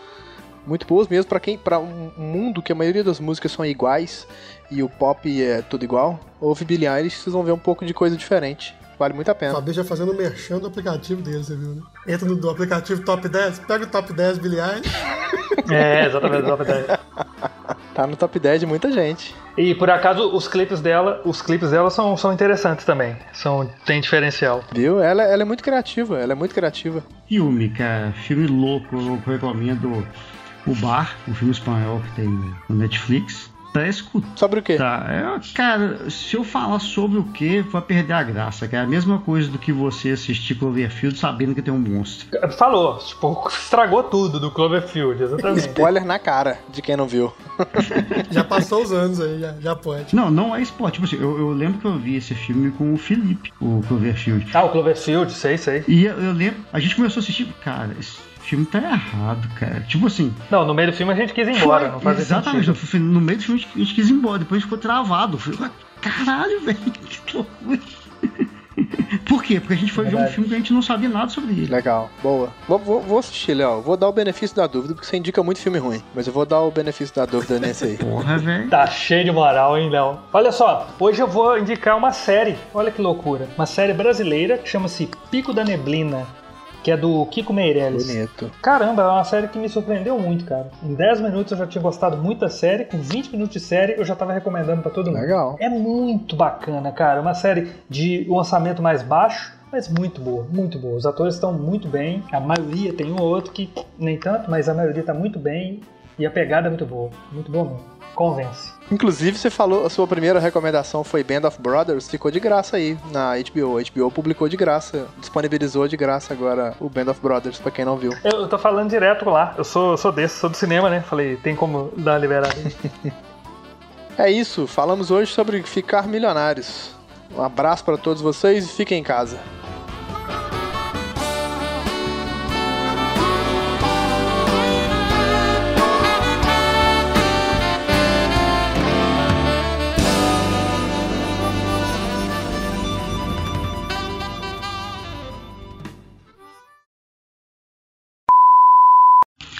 Muito boas mesmo pra quem, para um mundo que a maioria das músicas são iguais e o pop é tudo igual, ouve Billie Eilish, vocês vão ver um pouco de coisa diferente. Vale muito a
O
pena.
Fabinho já fazendo merchan do aplicativo dele, você viu, né? Entra no do aplicativo Top 10, pega o Top 10 bilhões.
É, exatamente, exatamente.
Tá no top 10 de muita gente.
E por acaso os clipes dela, os clipes dela são, são interessantes também. São, tem diferencial.
Viu? Ela, ela é muito criativa, ela é muito criativa.
<laughs> filme, cara, filme louco, eu recomendo O Bar, um filme espanhol que tem no Netflix. Pra escutar.
Sobre o quê?
Tá, é, cara, se eu falar sobre o que, vai perder a graça, cara. É a mesma coisa do que você assistir Cloverfield sabendo que tem um monstro.
Falou, tipo, estragou tudo do Cloverfield, exatamente.
Spoiler na cara de quem não viu.
Já passou os anos aí, já, já pode.
Não, não é esporte. Tipo assim, eu, eu lembro que eu vi esse filme com o Felipe, o Cloverfield.
Ah, o Cloverfield, sei, sei.
E eu, eu lembro, a gente começou a assistir, cara, esse filme tá errado, cara. Tipo assim,
Não, no meio do filme a gente quis ir embora, não fazia
exatamente,
sentido.
no, no meio do filme a gente, a gente quis ir embora, depois ficou travado. Eu Falei, caralho, <laughs> velho, que loucura. <laughs> Por quê? Porque a gente foi ver um filme que a gente não sabia nada sobre ele.
Legal, boa. Vou, vou, vou assistir, Léo. Vou dar o benefício da dúvida, porque você indica muito filme ruim. Mas eu vou dar o benefício da dúvida nesse aí.
Porra, velho.
Tá cheio de moral, hein, Léo? Olha só, hoje eu vou indicar uma série, olha que loucura. Uma série brasileira que chama-se Pico da Neblina, que é do Kiko Meirelles.
<laughs> Bonito.
Caramba, é uma série que me surpreendeu muito, cara. Em 10 minutos eu já tinha gostado muito da série, com 20 minutos de série eu já tava recomendando pra todo mundo.
Legal.
É muito bacana, cara. Uma série de um orçamento mais baixo, mas muito boa, muito boa. Os atores estão muito bem. A maioria tem um ou outro que nem tanto, mas a maioria tá muito bem. E a pegada é muito boa. Muito boa mesmo. Convence.
Inclusive, você falou, a sua primeira recomendação foi Band of Brothers, ficou de graça aí na HBO. A HBO publicou de graça, disponibilizou de graça agora o Band of Brothers, pra quem não viu.
Eu, eu tô falando direto lá. Eu sou, eu sou desse, sou do cinema, né? Falei, tem como dar uma liberada aí.
É isso, falamos hoje sobre ficar milionários. Um abraço pra todos vocês e fiquem em casa.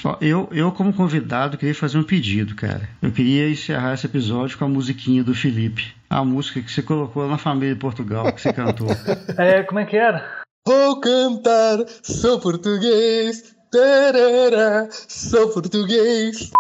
Ó, eu, eu, como convidado, queria fazer um pedido, cara. Eu queria encerrar esse episódio com a musiquinha do Felipe. A música que você colocou na família de Portugal, que você cantou.
<laughs> É, como é que era?
Vou cantar, sou português, tarará, sou português.